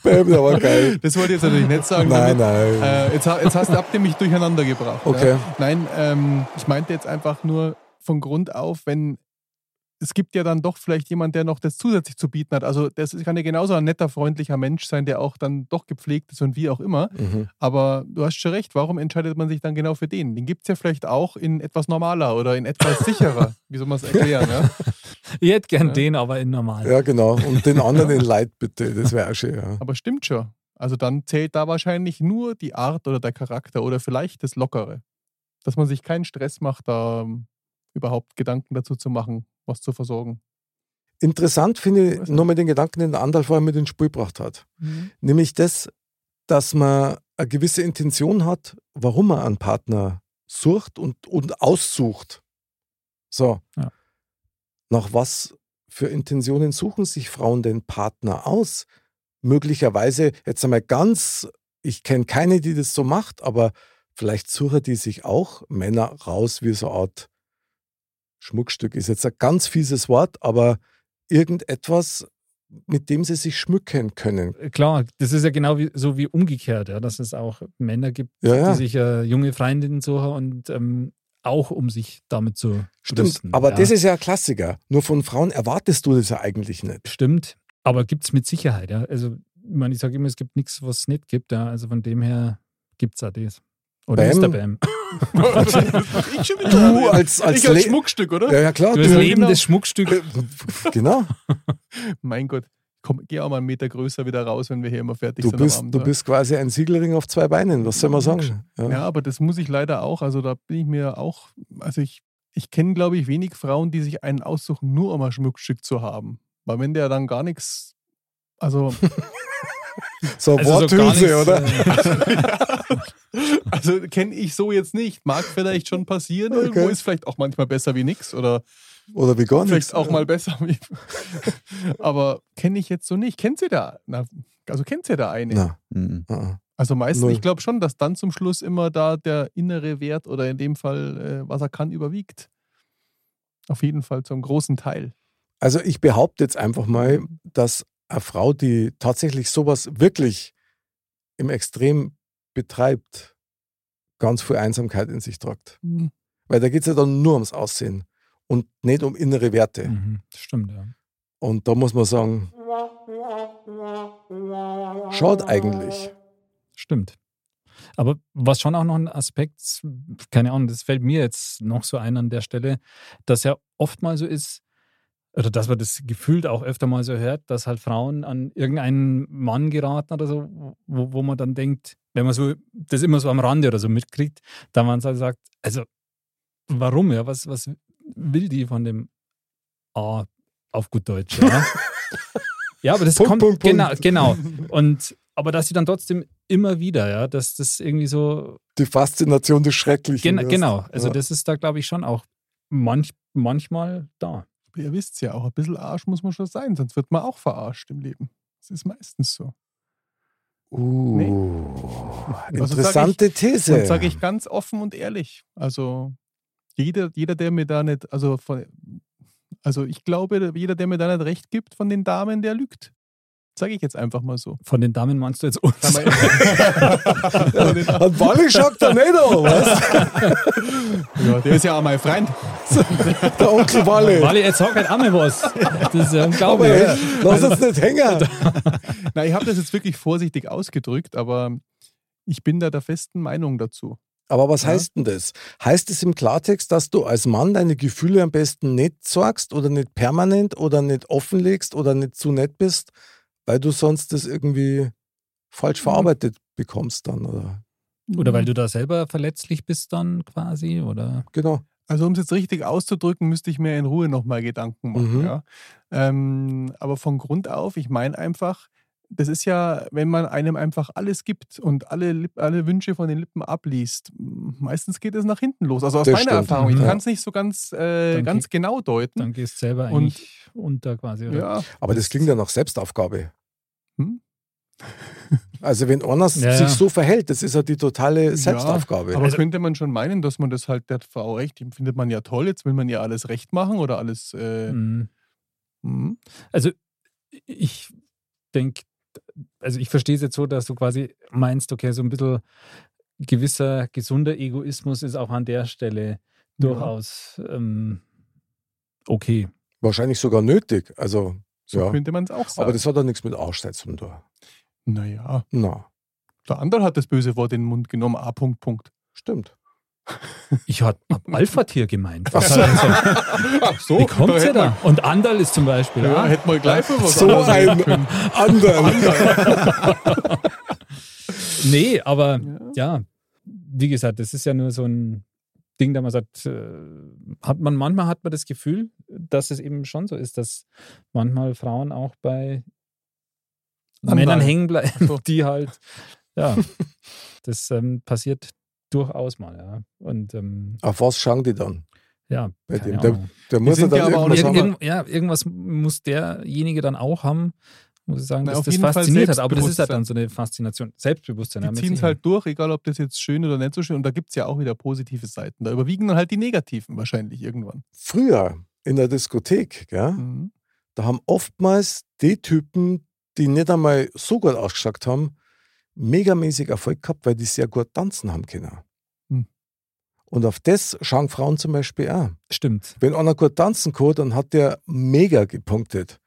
Bam, der war geil.
Das wollte ich jetzt natürlich nicht sagen.
Nein,
damit-
nein.
Äh, jetzt, ha- jetzt hast du ab dem mich durcheinander gebracht.
Okay.
Ja. Nein, ähm, ich meinte jetzt einfach nur von Grund auf, wenn es gibt ja dann doch vielleicht jemand, der noch das zusätzlich zu bieten hat. Also das kann ja genauso ein netter, freundlicher Mensch sein, der auch dann doch gepflegt ist und wie auch immer.
Mhm.
Aber du hast schon recht, warum entscheidet man sich dann genau für den? Den gibt es ja vielleicht auch in etwas normaler oder in etwas sicherer. wie soll man es erklären? Ja?
Ich hätte gern den, aber in normal.
Ja, genau. Und den anderen in Leid bitte. Das wäre auch schön. Ja.
Aber stimmt schon. Also dann zählt da wahrscheinlich nur die Art oder der Charakter oder vielleicht das Lockere. Dass man sich keinen Stress macht, da ähm, überhaupt Gedanken dazu zu machen, was zu versorgen.
Interessant finde
Weiß
ich
nicht.
nochmal den Gedanken, den der Andal vorher mit ins Spiel gebracht hat. Nämlich das, dass man eine gewisse Intention hat, warum man einen Partner sucht und, und aussucht. So.
Ja.
Nach was für Intentionen suchen sich Frauen denn Partner aus? Möglicherweise, jetzt einmal ganz, ich kenne keine, die das so macht, aber vielleicht suchen die sich auch Männer raus wie so eine Art Schmuckstück. Ist jetzt ein ganz fieses Wort, aber irgendetwas, mit dem sie sich schmücken können.
Klar, das ist ja genau wie, so wie umgekehrt, ja, dass es auch Männer gibt,
Ja, ja.
die sich äh, junge Freundinnen suchen und ähm, auch um sich damit zu
Stimmt,
brüsten,
aber
ja.
das ist ja ein Klassiker. Nur von Frauen erwartest du das ja eigentlich nicht.
Stimmt, aber gibt es mit Sicherheit, ja. Also, ich meine, ich sage immer, es gibt nichts, was es nicht gibt, ja. Also von dem her gibt es auch das. Oder
Bam.
Mr. Bam.
Das mach ich schon wieder.
Du als, als,
ich als
Le-
Schmuckstück, oder?
Ja, ja klar.
Du
Du
hast
ja,
lebendes
genau.
Schmuckstück.
genau.
Mein Gott, komm, geh auch mal einen Meter größer wieder raus, wenn wir hier immer fertig
Du
sind.
bist,
am Abend,
du
ja.
bist quasi ein Siegelring auf zwei Beinen. Was soll man sagen?
Ja, aber das muss ich leider auch. Also da bin ich mir auch, also ich, ich kenne, glaube ich, wenig Frauen, die sich einen aussuchen, nur um ein Schmuckstück zu haben. Weil wenn der dann gar nichts, also
So
Also so gar
Worthülse,
nichts,
oder?
Also kenne ich so jetzt nicht. Mag vielleicht schon passieren. Irgendwo
Okay.
ist vielleicht auch manchmal besser wie nix oder
Oder wie gar nichts.
vielleicht auch mal besser wie. Aber kenne ich jetzt so nicht. Kennt ihr da? Na, also kennt ihr da eine?
Na, ah,
Mhm.
na.
Also meistens,
null.
ich glaube schon, dass dann zum Schluss immer da der innere Wert oder in dem Fall, äh, was er kann, überwiegt. Auf jeden Fall zum großen Teil.
Also ich behaupte jetzt einfach mal, dass eine Frau, die tatsächlich sowas wirklich im Extrem betreibt, ganz viel Einsamkeit in sich tragt.
Hm,
Weil da geht es ja dann nur ums Aussehen und nicht um innere Werte.
Mhm, stimmt, ja.
Und da muss man sagen, schaut eigentlich.
Stimmt. Aber was schon auch noch ein Aspekt, keine Ahnung, das fällt mir jetzt noch so ein an der Stelle, dass ja oft mal so ist, oder dass man das gefühlt auch öfter mal so hört, dass halt Frauen an irgendeinen Mann geraten oder so, wo, wo man dann denkt, wenn man so das immer so am Rande oder so mitkriegt, dann man halt sagt, also warum ja, was, was will die von dem A auf gut Deutsch, ja? ja, aber das
Punkt,
kommt
Punkt, Punkt.
genau, genau. Und aber dass sie dann trotzdem immer wieder, ja, dass das irgendwie so
Die Faszination des Schrecklichen.
Gen
wirst.
genau, also
ja.
das ist da glaube ich schon auch manch, manchmal da.
Ihr wisst ja, auch ein bisschen Arsch muss man schon sein, sonst wird man auch verarscht im Leben. Das ist meistens so.
Uh,
Also
interessante These.
Das sage ich ganz offen und ehrlich. Also jeder, jeder der mir da nicht, also, von, also ich glaube, jeder, der mir da nicht recht gibt von den Damen, der lügt. Sage ich jetzt einfach mal so.
Von den Damen meinst du jetzt uns?
Kann man- Von den Damen.
An Wally schaut da nicht an, weißt
ja, der ist ja auch mein Freund.
du? Der Onkel Wally.
Wally, jetzt sag halt einmal was. Das ist ja
Aber
unglaublich.
hey, lass uns nicht hängen.
Nein, ich habe das jetzt wirklich vorsichtig ausgedrückt, aber ich bin da der festen Meinung dazu.
Aber was
Ja.
heißt denn das? Heißt es im Klartext, dass du als Mann deine Gefühle am besten nicht sagst oder nicht permanent oder nicht offenlegst oder nicht zu nett bist, weil du sonst das irgendwie falsch verarbeitet bekommst dann, oder?
Oder weil du da selber verletzlich bist dann quasi, oder?
Genau.
Also um es jetzt richtig auszudrücken, müsste ich mir in Ruhe nochmal Gedanken machen.
Mhm.
Ja. Ähm, aber von Grund auf, ich meine einfach, das ist ja, wenn man einem einfach alles gibt und alle, Lip- alle Wünsche von den Lippen abliest, m- meistens geht es nach hinten los. Also aus
Das
meiner
stimmt.
Erfahrung, ich
Mhm.
kann es nicht so ganz, äh,
Dann
ganz
geht-
genau deuten.
Dann gehst du selber
Und-
eigentlich unter quasi, oder?
Ja,
Aber das klingt ja nach Selbstaufgabe.
Hm?
Also wenn einer
Ja,
sich
ja.
so verhält, das ist ja die totale
Ja,
Selbstaufgabe.
aber könnte man schon meinen, dass man das halt der Frau recht, die findet man ja toll, jetzt will man ja alles recht machen oder alles. Äh,
Mhm.
mhm.
Also ich denke, also ich verstehe es jetzt so, dass du quasi meinst, okay, so ein bisschen gewisser gesunder Egoismus ist auch an der Stelle durchaus ähm, okay.
Wahrscheinlich sogar nötig. Also,
So
ja.
könnte man es auch sagen.
Aber das hat ja nichts mit Arschseits zu tun.
naja.
Na,
Der andere hat das böse Wort in den Mund genommen. A. Punkt, Punkt.
stimmt.
Ich habe Alpha-Tier gemeint. Was
Ach so.
hat
Ach so,
er- Wie kommt
hätte
ihr
man-
da? Und Andal ist zum Beispiel.
Ja,
ah,
hätten wir gleich für was
So
anderes
ein-
reden können.
Ander.
Nee, aber ja. wie gesagt, das ist ja nur so ein Ding, da man sagt, äh, hat man manchmal hat man das Gefühl, dass es eben schon so ist, dass manchmal Frauen auch bei
Anderen.
Männern hängen bleiben,
So.
die halt, ja, das ähm, passiert durchaus mal, ja. Und ähm,
Auf was schauen die dann?
ja,
Bei
keine
dem, der,
Ahnung.
der muss ja
sind ja
dann
aber auch
irgendwas
Irg
nicht-
haben.
irgend, ja, irgendwas muss derjenige dann auch haben, muss ich sagen,
Na,
dass
auf
das
jeden Fall
fasziniert hat. Aber das ist halt
Selbstbewusstsein.
dann so eine Faszination. Selbstbewusstsein. ja,
Die
mit
ziehen es
Sicherheit.
halt durch, egal ob das jetzt schön oder nicht so schön. Und da gibt es ja auch wieder positive Seiten. Da überwiegen dann halt die negativen wahrscheinlich irgendwann.
Früher in der Diskothek, gell,
Mhm.
da haben oftmals die Typen, die nicht einmal so gut ausgeschaut haben, megamäßig Erfolg gehabt, weil die sehr gut tanzen haben können.
Hm.
Und auf das schauen Frauen zum Beispiel auch.
Stimmt.
Wenn einer gut tanzen kann, dann hat der mega gepunktet.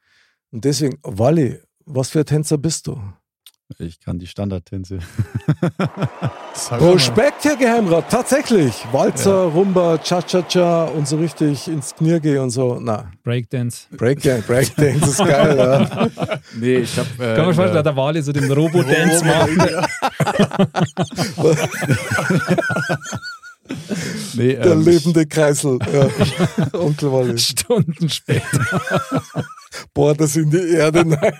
Und deswegen, Wally, was für ein Tänzer bist du?
Ich kann die Standardtänze.
Sag mal.
Prospekt, Herr Geheimrat, tatsächlich. Walzer, Rumba, Cha-Cha-Cha und so richtig ins Knirge und so. Na,
Breakdance.
Breakdance, Breakdance ist geil, ja.
Nee, ich habe. Äh,
Kann man schon
in
vorstellen,
der-
der Wale so den Robo-Dance macht.
nee,
Der
ähm, ich-
lebende Kreisel. Ja. Onkel Wally.
Stunden später.
Boah, das in die Erde. Nein.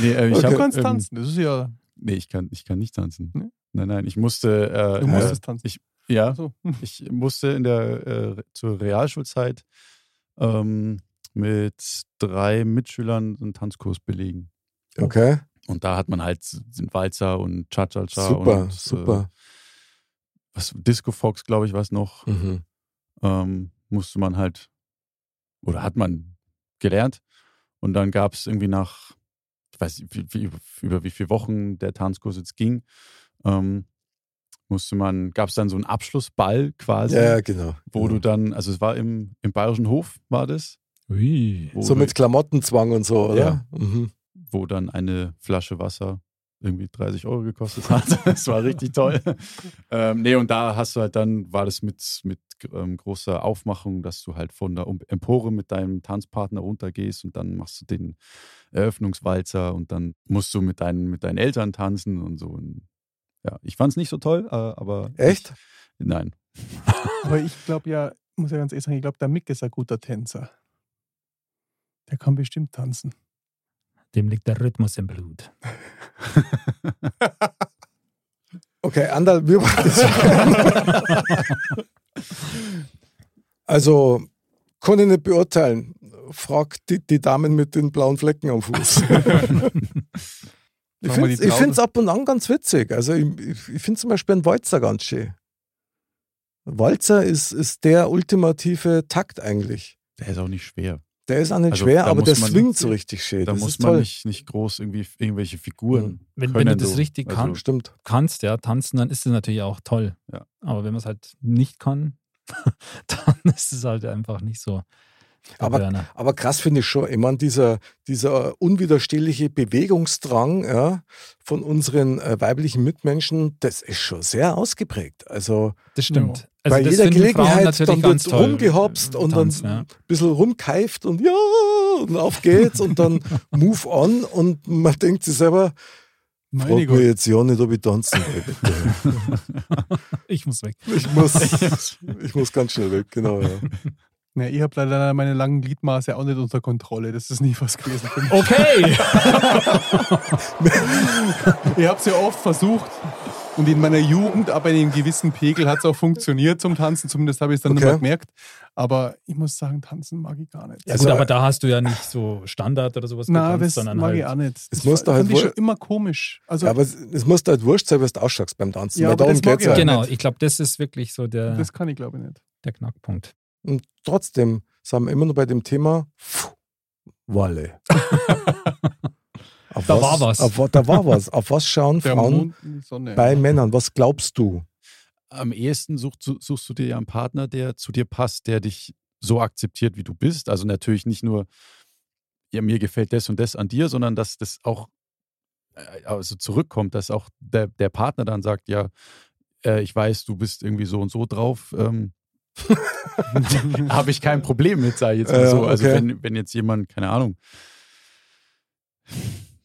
Nee, äh, ich
Okay.
hab,
Du kannst
ähm,
tanzen. Das ist ja.
Nee, ich kann, ich kann nicht tanzen.
Nee?
Nein, nein, ich musste. Äh,
Du musstest tanzen.
äh, ja,
Ach so.
ich musste in der äh, zur Realschulzeit ähm, mit drei Mitschülern einen Tanzkurs belegen.
Okay,
Und da hat man halt den Walzer und Cha-Cha-Cha
super,
und
super.
Äh, was, Disco Fox, glaube ich, was noch.
Mhm.
ähm, musste man halt oder hat man gelernt. Und dann gab es irgendwie nach, ich weiß nicht, wie, wie, über wie viele Wochen der Tanzkurs jetzt ging, ähm, musste man, gab es dann so einen Abschlussball quasi,
Ja, genau.
wo du dann, also es war im, im Bayerischen Hof, war das,
Ui.
wo,
so mit Klamottenzwang und so, oder?
Ja.
Mhm.
wo dann eine Flasche Wasser irgendwie 30 Euro gekostet hat. Das war richtig toll. Ähm, nee, und da hast du halt dann, war das mit, mit ähm, großer Aufmachung, dass du halt von der Um- Empore mit deinem Tanzpartner runtergehst und dann machst du den Eröffnungswalzer und dann musst du mit deinen, mit deinen Eltern tanzen und so. Und ja, ich fand es nicht so toll, äh, aber.
Echt?
Ich, nein.
Aber ich glaube ja, muss ja ganz ehrlich sagen, ich glaube, der Mick ist ein guter Tänzer. Der kann bestimmt tanzen.
Dem liegt der Rhythmus im Blut.
Okay, Andal, wir machen Also, kann ich nicht beurteilen. Frag die, die Damen mit den blauen Flecken am Fuß. ich
Fragen wir die Blauen.
finde es ab und an ganz witzig. Also, ich, ich, ich finde zum Beispiel einen Walzer ganz schön. Walzer ist, ist der ultimative Takt eigentlich.
Der ist auch nicht schwer.
Der ist auch nicht
Also,
schwer,
da
aber
muss
der
man-
swingt so richtig schön.
Da
das
muss
ist
man
toll.
nicht, nicht groß irgendwie irgendwelche Figuren.
Hm. Wenn, wenn
können,
du das richtig
Also-
kannst,
Stimmt.
kannst, ja, tanzen, dann ist es natürlich auch toll.
Ja.
Aber wenn man es halt nicht kann, dann ist es halt einfach nicht so. der
Aber
Burner.
Aber krass finde ich schon, ich meine, dieser, dieser unwiderstehliche Bewegungsdrang ja, von unseren äh, weiblichen Mitmenschen, das ist schon sehr ausgeprägt. Also
das stimmt.
Ja.
Also
bei
das
jeder
finden Frauen
Gelegenheit
natürlich
dann
ganz
wird
toll.
rumgehopst und
Tanzen,
dann
ja.
ein bisschen rumkeift und ja, und auf geht's und dann move on und man denkt sich selber, frag
Meine
mich
Güte.
jetzt ja nicht, ob ich tanzen will, bitte.
Ich muss weg.
Ich muss, ich muss ganz schnell weg, genau. Ja.
Ja, ich habe leider meine langen Gliedmaße auch nicht unter Kontrolle. Das ist nie was gewesen. Für mich.
Okay!
Ich habe es ja oft versucht. Und in meiner Jugend, aber in einem gewissen Pegel, hat es auch funktioniert zum Tanzen. Zumindest habe ich es dann
Okay.
nicht mehr gemerkt. Aber ich muss sagen, tanzen mag ich gar nicht.
Ja,
Also,
gut,
äh,
aber da hast du ja nicht so Standard oder sowas
Na,
getanzt,
das
sondern
mag
halt.
ich auch nicht. Das
muss da halt
fand ich
wohl-
schon immer komisch. Also,
Ja, aber es, es muss dir halt wurscht sein, was du ausschaust beim Tanzen.
Ja,
weil
aber
darum
das mag
geht's
ich
ja.
auch
Genau,
nicht.
ich glaube, das ist wirklich so der,
das kann ich glaube ich nicht.
der Knackpunkt.
Und trotzdem sind wir immer noch bei dem Thema pff, Walle. Auf
Da war was.
Auf, wa- da war was. Auf was schauen
Der
Frauen
Mond und die Sonne.
bei Männern? Was glaubst du?
am ehesten suchst, du- suchst du dir ja einen Partner, der zu dir passt, der dich so akzeptiert, wie du bist. Also natürlich nicht nur, ja, mir gefällt das und das an dir, sondern dass das auch äh, also zurückkommt, dass auch der, der Partner dann sagt, ja, äh, ich weiß, du bist irgendwie so und so drauf, ähm, habe ich kein Problem mit, sei jetzt mal
Ja,
so. Also
okay.
wenn, wenn jetzt jemand, keine Ahnung,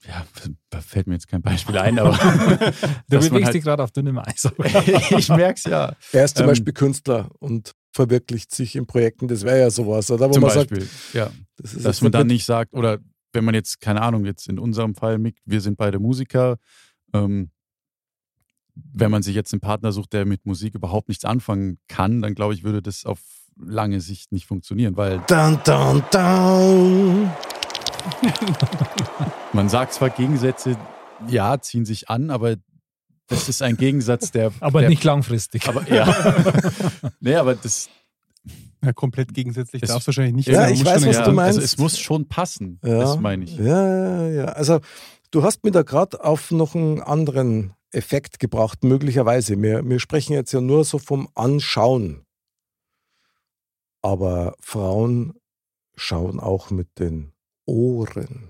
ja, da fällt mir jetzt kein Beispiel ein, aber
Du
dass man
bewegst dich
halt,
gerade auf dünnem Eis.
ich merk's ja.
Er ist zum
Ähm.
Beispiel Künstler und verwirklicht sich in Projekten. Das wäre ja sowas, oder? Wo
Zum
man
Beispiel, ja.
sagt, das ist
dass
jetzt
man dann
mit-
nicht sagt, oder wenn man jetzt, keine Ahnung, jetzt in unserem Fall, Mick, wir sind beide Musiker, ähm, wenn man sich jetzt einen Partner sucht, der mit Musik überhaupt nichts anfangen kann, dann glaube ich, würde das auf lange Sicht nicht funktionieren, weil
Dun, dun, dun.
man sagt zwar Gegensätze, ja, ziehen sich an, aber das ist ein Gegensatz, der.
Aber
der,
nicht langfristig.
Aber ja. nee, aber das.
Ja, komplett gegensätzlich
Das-
darfst du wahrscheinlich nicht.
Ja,
sein. Man
ich
muss
weiß,
schon
was
eine-
du meinst.
Also es muss schon passen,
Ja.
das meine ich.
Ja, ja, ja. Also, du hast mir da gerade auf noch einen anderen Effekt gebracht, möglicherweise. Wir, wir sprechen jetzt ja nur so vom Anschauen. Aber Frauen schauen auch mit den Ohren.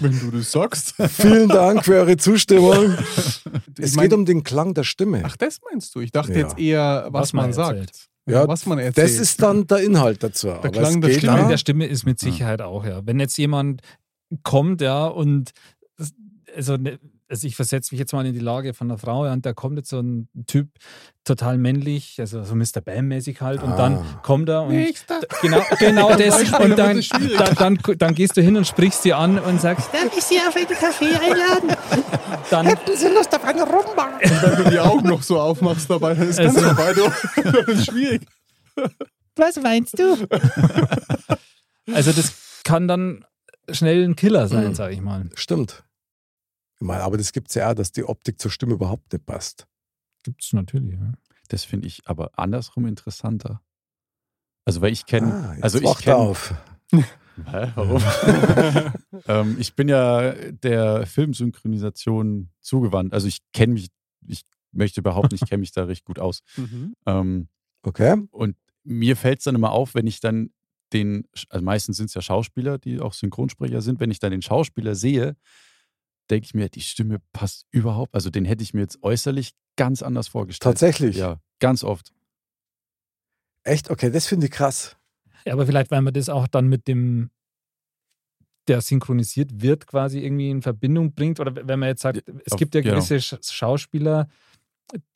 Wenn du das sagst.
Vielen Dank für eure Zustimmung.
Ich
Es
mein-
geht um den Klang der Stimme.
Ach, das meinst du? Ich dachte
Ja.
jetzt eher, was,
Was man
man,
erzählt.
sagt.
Ja,
was man erzählt.
das ist dann der Inhalt dazu. Der
Klang
es geht um
der Stimme.
auch-
Stimme der Stimme ist mit Sicherheit auch, ja. Wenn jetzt jemand kommt, ja, und s- also, ne- also ich versetze mich jetzt mal in die Lage von einer Frau, ja, und da kommt jetzt so ein Typ, total männlich, also so Mr. Bam-mäßig halt, und
Ah.
dann kommt er und
Nächster.
genau, genau das.
Beispiel,
Und
dann
dann,
wird's schwierig.
dann, dann, dann gehst du hin und sprichst sie an und sagst,
Darf ich Sie auf einen Kaffee einladen?
dann
Hätten Sie Lust auf eine Rumba?
Wenn du die Augen noch so aufmachst dabei, dann ist ganz
Also-
vorbei. Du. Das ist schwierig.
Was meinst du?
Also das kann dann schnell ein Killer sein,
Mhm.
sage ich mal.
Stimmt. Ich meine, aber das gibt es ja auch, dass die Optik zur Stimme überhaupt nicht passt.
Gibt es natürlich. Ja.
Das finde ich aber andersrum interessanter. Also weil ich kenne,
Ah, jetzt
also ich
wacht er
kenne
auf.
Hä, warum? ähm, ich bin ja der Filmsynchronisation zugewandt. Also ich kenne mich, ich möchte behaupten, ich kenne mich
Mhm.
da recht gut aus. Ähm,
Okay.
und mir fällt es dann immer auf, wenn ich dann den, also meistens sind es ja Schauspieler, die auch Synchronsprecher sind, wenn ich dann den Schauspieler sehe, denke ich mir, die Stimme passt überhaupt. Also den hätte ich mir jetzt äußerlich ganz anders vorgestellt.
Tatsächlich.
Ja, ganz oft.
Echt? Okay, das finde ich krass.
Ja, aber vielleicht, weil man das auch dann mit dem, der synchronisiert wird, quasi irgendwie in Verbindung bringt. Oder wenn man jetzt sagt,
Ja,
es
auf-
gibt ja
genau.
gewisse Sch- Schauspieler,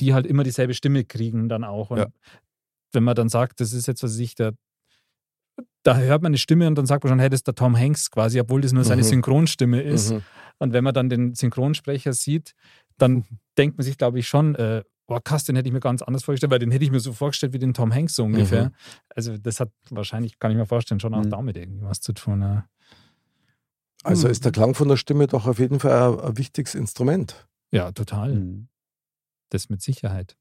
die halt immer dieselbe Stimme kriegen, dann auch. Und
Ja.
wenn man dann sagt, das ist jetzt, was weiß ich, der, da hört man eine Stimme und dann sagt man schon, hey, das ist der Tom Hanks quasi, obwohl das nur seine
Mhm.
Synchronstimme ist.
Mhm.
Und wenn man dann den Synchronsprecher sieht, dann denkt man sich, glaube ich, schon, äh, boah, krass, den hätte ich mir ganz anders vorgestellt, weil den hätte ich mir so vorgestellt wie den Tom Hanks so ungefähr. Also das hat wahrscheinlich, kann ich mir vorstellen, schon auch
Mhm.
damit irgendwie was zu tun. Ja.
Also
Mhm.
ist der Klang von der Stimme doch auf jeden Fall ein, ein wichtiges Instrument.
Ja, total.
Mhm.
Mhm.
Das mit Sicherheit.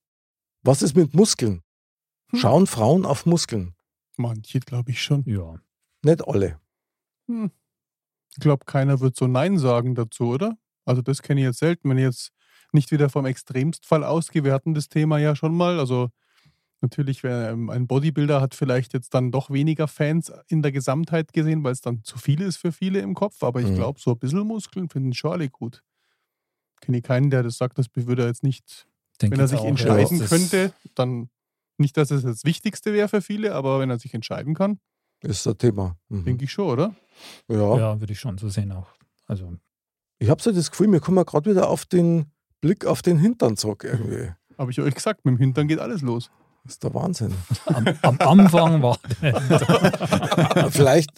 Was ist mit Muskeln?
Hm.
Schauen Frauen auf Muskeln?
Manche, glaube ich schon.
Ja.
Nicht alle.
Ich glaube, keiner wird so Nein sagen dazu, oder? Also das kenne ich jetzt selten, wenn ich jetzt nicht wieder vom Extremstfall ausgehe. Wir hatten das Thema ja schon mal. Also natürlich, wer, ähm, ein Bodybuilder hat vielleicht jetzt dann doch weniger Fans in der Gesamtheit gesehen, weil es dann zu viel ist für viele im Kopf. Aber ich
Mhm.
glaube, so ein bisschen Muskeln finden schon alle gut. Kenne ich keinen, der das sagt, das würde er jetzt nicht.
Denke
Wenn er
ich
sich
auch,
entscheiden
ja. Das-
könnte, dann nicht, dass es das Wichtigste wäre für viele, aber wenn er sich entscheiden kann,
Ist das Thema. Mhm.
denke ich schon, oder?
Ja.
Ja, würde ich schon so sehen auch. Also,
Ich habe so das Gefühl, wir kommen gerade wieder auf den Blick auf den Hintern zurück irgendwie.
Habe ich euch gesagt, mit dem Hintern geht alles los.
Das ist der Wahnsinn.
am, am Anfang war
Vielleicht,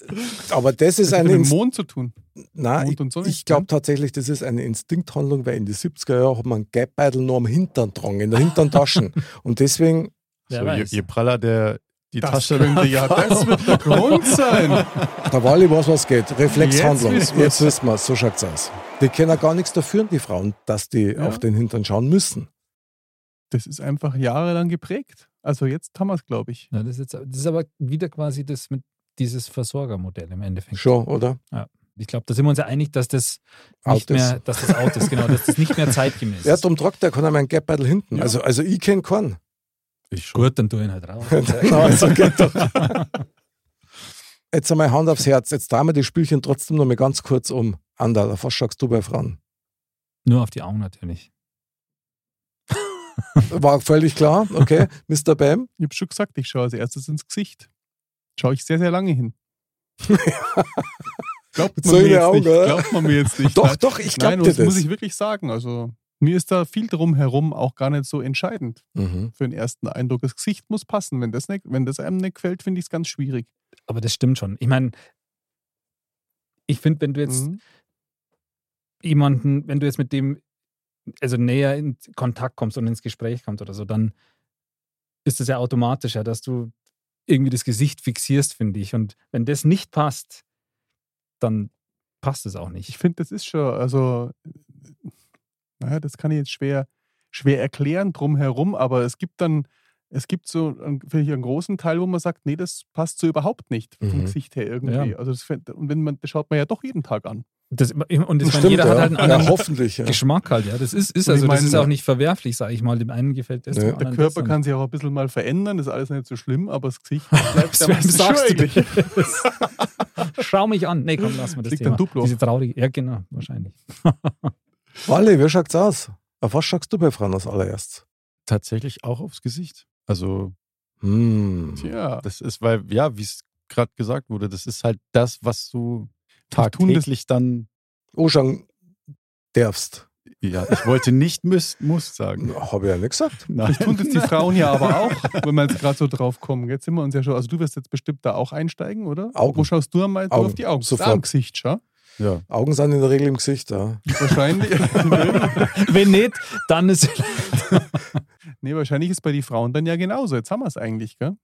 aber das ist
Das hat
eine
mit dem
Inst
Mond zu tun.
Nein,
Mond und
Ah, ich,
ne? Sonne,
ich glaube tatsächlich, das ist eine Instinkthandlung, weil in die 70er Jahren hat man Geldbeutel nur am Hintern drang, in der hinteren Taschen. und deswegen,
Wer
so, je,
weiß.
je praller der die
Das
Tasche
könnte ja, das wird der Grund sein.
der Wally weiß, was geht. Reflexhandlung.
Jetzt wissen wir's.
Jetzt wissen wir so schaut's aus. Die kennen gar nichts dafür, die Frauen, dass die
Ja.
auf den Hintern schauen müssen.
Das ist einfach jahrelang geprägt. Also jetzt haben wir es, glaube ich.
ja, das, ist jetzt, das ist aber wieder quasi das mit dieses Versorgermodell im Endeffekt.
Schon, oder?
Ich glaube, da sind wir uns ja einig, dass das
Out
nicht
ist.
mehr, dass das out ist, genau, dass das nicht mehr zeitgemäß
Ja,
ist.
drum tragt der kann einmal einen Geldbeutel hinten. Also, also ich kenne keinen.
Ich schon.
Gut, dann tu ihn halt raus.
Genau, also geht doch. Jetzt einmal Hand aufs Herz. Jetzt drehen wir die Spielchen trotzdem noch mal ganz kurz um. Andal, auf was schaust du bei Frauen?
Nur auf die Augen natürlich.
War völlig klar, okay. Mr. Bam,
Ich habe schon gesagt, ich schaue als erstes ins Gesicht. Schaue ich sehr, sehr lange hin. Glaubt man,
So in
mir
der
jetzt
Augen,
nicht.
oder?
Glaubt man mir jetzt nicht.
Doch, doch, ich
Nein,
glaub dir
das
das.
muss ich wirklich sagen. Also mir ist da viel drumherum auch gar nicht so entscheidend
Mhm.
für den ersten Eindruck. Das Gesicht muss passen. Wenn das, nicht, wenn das einem nicht gefällt, finde ich es ganz schwierig.
Aber das stimmt schon. Ich meine, ich finde, wenn du jetzt
Mhm.
jemanden, wenn du jetzt mit dem, also näher in Kontakt kommst und ins Gespräch kommst oder so, dann ist das ja automatisch, ja, dass du irgendwie das Gesicht fixierst, finde ich. Und wenn das nicht passt, dann passt es auch
Ich
nicht.
finde, das ist schon, also, naja, das kann ich jetzt schwer, schwer erklären drumherum, aber es gibt dann, es gibt so einen- vielleicht einen großen Teil, wo man sagt, nee, das passt so überhaupt nicht vom
Mhm.
Gesicht her irgendwie.
Ja.
Also das, fänd- und wenn man, das schaut man ja doch jeden Tag an.
Das, und das, ich mein,
Stimmt,
jeder
ja.
hat halt einen
ja,
anderen
hoffentlich. Ja.
Geschmack halt, ja. Das ist, ist
Und ich
also, das
meine-
ist auch nicht verwerflich, sage ich mal. Dem einen gefällt Ah, das,
Nö.
dem
Der
anderen
Körper
das.
kann sich auch ein bisschen mal verändern, das ist alles nicht so schlimm, aber das Gesicht bleibt am meisten schön eigentlich.
das? Schau mich an. Nee, komm, lass mal das
Kriegt
Thema.
ein Duplo.
Diese traurige. Ja, genau, wahrscheinlich.
Wally, wie schaut's aus? Auf was schaust du bei Frauen als allererst?
tatsächlich auch aufs Gesicht. Also
Hm.
Tja,
Das ist, weil, ja, wie es gerade gesagt wurde, das ist halt das, was du
Wir tun das-
tagtäglich dann.
Oshang, darfst.
Ja, ich wollte nicht müsst, muss sagen.
Habe ich ja nicht gesagt.
Nein.
tun das die Frauen ja aber auch, wenn wir jetzt gerade so drauf kommen. Jetzt sind wir uns ja schon, also du wirst jetzt bestimmt da auch einsteigen, oder?
Augen.
Wo schaust du am meisten? Du
Augen.
Auf die Augen.
Sofort.
Am Gesicht, schau.
Ja.
Augen sind in der Regel im Gesicht. Ja.
Wahrscheinlich.
Wenn nicht, dann ist.
Nee, wahrscheinlich ist bei den Frauen dann ja genauso. Jetzt haben wir es eigentlich, gell?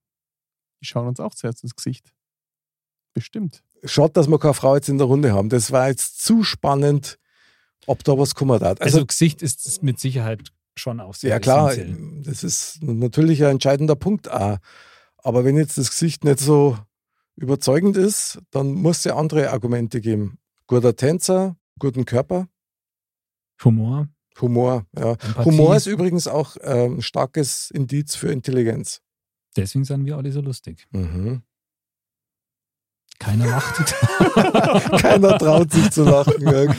Die schauen uns auch zuerst ins Gesicht. Bestimmt.
Schaut, dass wir keine Frau jetzt in der Runde haben. Das war jetzt zu spannend, ob da was kommen hat.
Also,
Also,
Gesicht ist es mit Sicherheit schon auch sehr
ja klar,
essentiell.
das ist natürlich ein entscheidender Punkt auch. Aber wenn jetzt das Gesicht nicht so überzeugend ist, dann muss es ja andere Argumente geben. Guter Tänzer, guten Körper,
Humor,
Humor. Ja.
Empathie.
Humor ist übrigens auch ähm, ein starkes Indiz für Intelligenz.
Deswegen sind wir alle so lustig.
Mhm.
Keiner lacht.
Keiner traut sich zu lachen. Ja.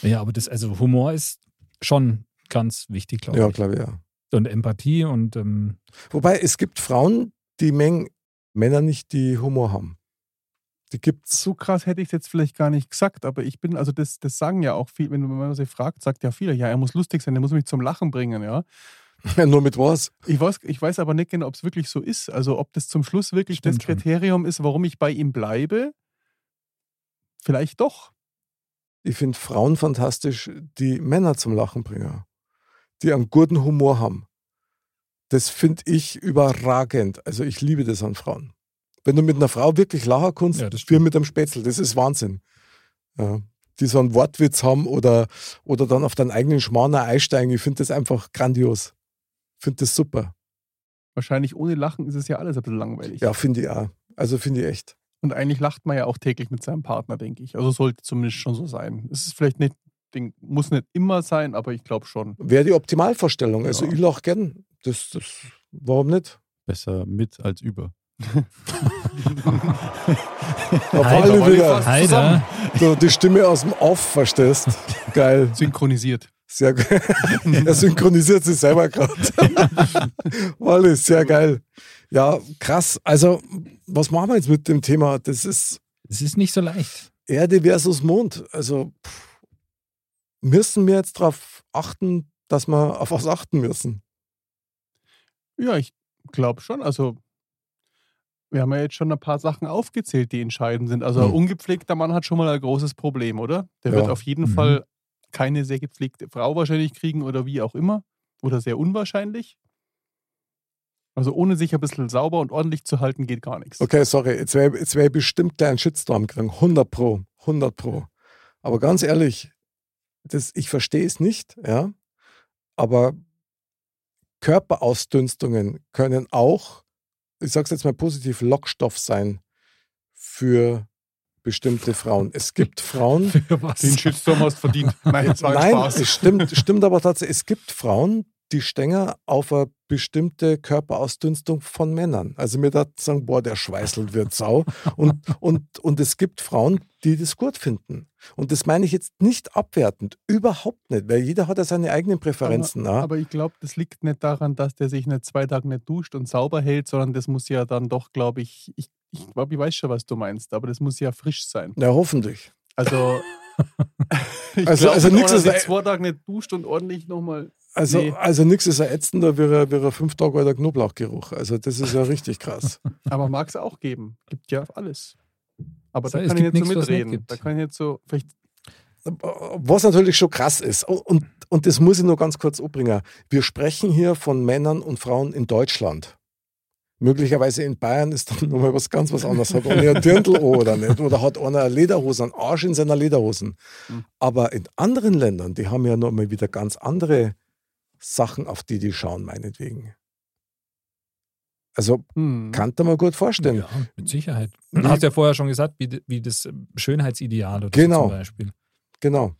ja, aber das, also Humor ist schon ganz wichtig, glaube
Ja,
ich.
glaube ich, ja.
Und Empathie und ähm,
Wobei, es gibt Frauen, die Mengen Männer nicht, die Humor haben. Die gibt's.
So krass hätte ich es jetzt vielleicht gar nicht gesagt, aber ich bin, also das, das sagen ja auch viele, wenn man sie fragt, sagt ja viele, ja, er muss lustig sein, er muss mich zum Lachen bringen, ja.
Ja, nur mit was?
Ich weiß, ich weiß aber nicht genau, ob es wirklich so ist. Also ob das zum Schluss wirklich
Stimmt
das
schon.
Kriterium ist, warum ich bei ihm bleibe. Vielleicht doch.
Ich finde Frauen fantastisch, die Männer zum Lachen bringen. Die einen guten Humor haben. Das finde ich überragend. Also ich liebe das an Frauen. Wenn du mit einer Frau wirklich lachen kannst,
Ja, das stimmt.
wie mit einem Spätzle, das ist Wahnsinn. Ja. Die so einen Wortwitz haben oder, oder dann auf deinen eigenen Schmarrner einsteigen. Ich finde das einfach grandios. Ich finde das super.
Wahrscheinlich ohne Lachen ist es ja alles ein bisschen langweilig.
Ja, finde ich auch. Also finde ich echt.
Und eigentlich lacht man ja auch täglich mit seinem Partner, denke ich. Also sollte zumindest schon so sein. Es ist vielleicht nicht, denk, muss nicht immer sein, aber ich glaube schon.
Wäre die Optimalvorstellung. Also
Ja.
ich lache gern. Das, das, warum nicht?
Besser mit als über.
Auf
Alter,
alle
Olli,
wieder.
was? Zusammen.
Heider.
Du die Stimme aus dem Off verstehst. Geil.
Synchronisiert.
Sehr geil. Er synchronisiert sich selber gerade. Alles sehr geil. Ja, krass. Also, was machen wir jetzt mit dem Thema? Das ist
Es ist nicht so leicht.
Erde versus Mond. Also, pff, müssen wir jetzt darauf achten, dass wir auf was achten müssen?
Ja, ich glaube schon. Also, wir haben ja jetzt schon ein paar Sachen aufgezählt, die entscheidend sind. Also, ein
Mhm.
ungepflegter Mann hat schon mal ein großes Problem, oder? Der wird
Ja.
auf jeden
Mhm.
Fall keine sehr gepflegte Frau wahrscheinlich kriegen oder wie auch immer. Oder sehr unwahrscheinlich. Also, ohne sich ein bisschen sauber und ordentlich zu halten, geht gar nichts.
Okay, sorry. Jetzt wäre jetzt wär ich bestimmt gleich einen Shitstorm kriegen. 100 Pro. 100 Pro. Aber ganz ehrlich, das, ich verstehe es nicht, ja. Aber Körperausdünstungen können auch, ich sage es jetzt mal positiv, Lockstoff sein für bestimmte Frauen. Es gibt Frauen,
Für was?
Den Shitstorm hast du verdient. Nein, jetzt war ein
Nein,
Spaß.
es stimmt, stimmt aber tatsächlich. Es gibt Frauen, die stänger auf eine bestimmte Körperausdünstung von Männern. Also mir da sagen, boah, der Schweißel wird sau. Und, und, und es gibt Frauen, die das gut finden. Und das meine ich jetzt nicht abwertend, überhaupt nicht, weil jeder hat ja seine eigenen Präferenzen. ne? ja.
Aber ich glaube, das liegt nicht daran, dass der sich nicht zwei Tage nicht duscht und sauber hält, sondern das muss ja dann doch, glaube ich, ich, ich glaube, ich weiß schon, was du meinst, aber das muss ja frisch sein.
Na, hoffentlich.
Also, ich
Also- also
wenn
nix
einer
ist
sich
ein-
zwei Tage nicht duscht und ordentlich nochmal.
Also,
Nee.
also nichts ist ein ätzender wie ein, wie ein fünf Tage alter Knoblauchgeruch. Also das ist ja richtig krass.
Aber mag es auch geben. Gibt ja alles. Aber
So,
da
es
kann ich
gibt
jetzt so
nichts, was nicht
mitreden.
gibt.
Da kann ich jetzt so, vielleicht
Was natürlich schon krass ist, und, und das muss ich nur ganz kurz abbringen, wir sprechen hier von Männern und Frauen in Deutschland. Möglicherweise in Bayern ist dann nochmal was ganz was anderes. Hat einer ein Dirndl an oder nicht? Oder hat einer eine Lederhose, einen Arsch in seiner Lederhosen.
Hm.
Aber in anderen Ländern, die haben ja nochmal wieder ganz andere Sachen, auf die die schauen, meinetwegen. Also
hm,
kann man gut vorstellen.
Ja, mit Sicherheit.
Mhm.
Du hast ja vorher schon gesagt, wie, wie das Schönheitsideal oder
Genau.
so zum Beispiel.
Genau.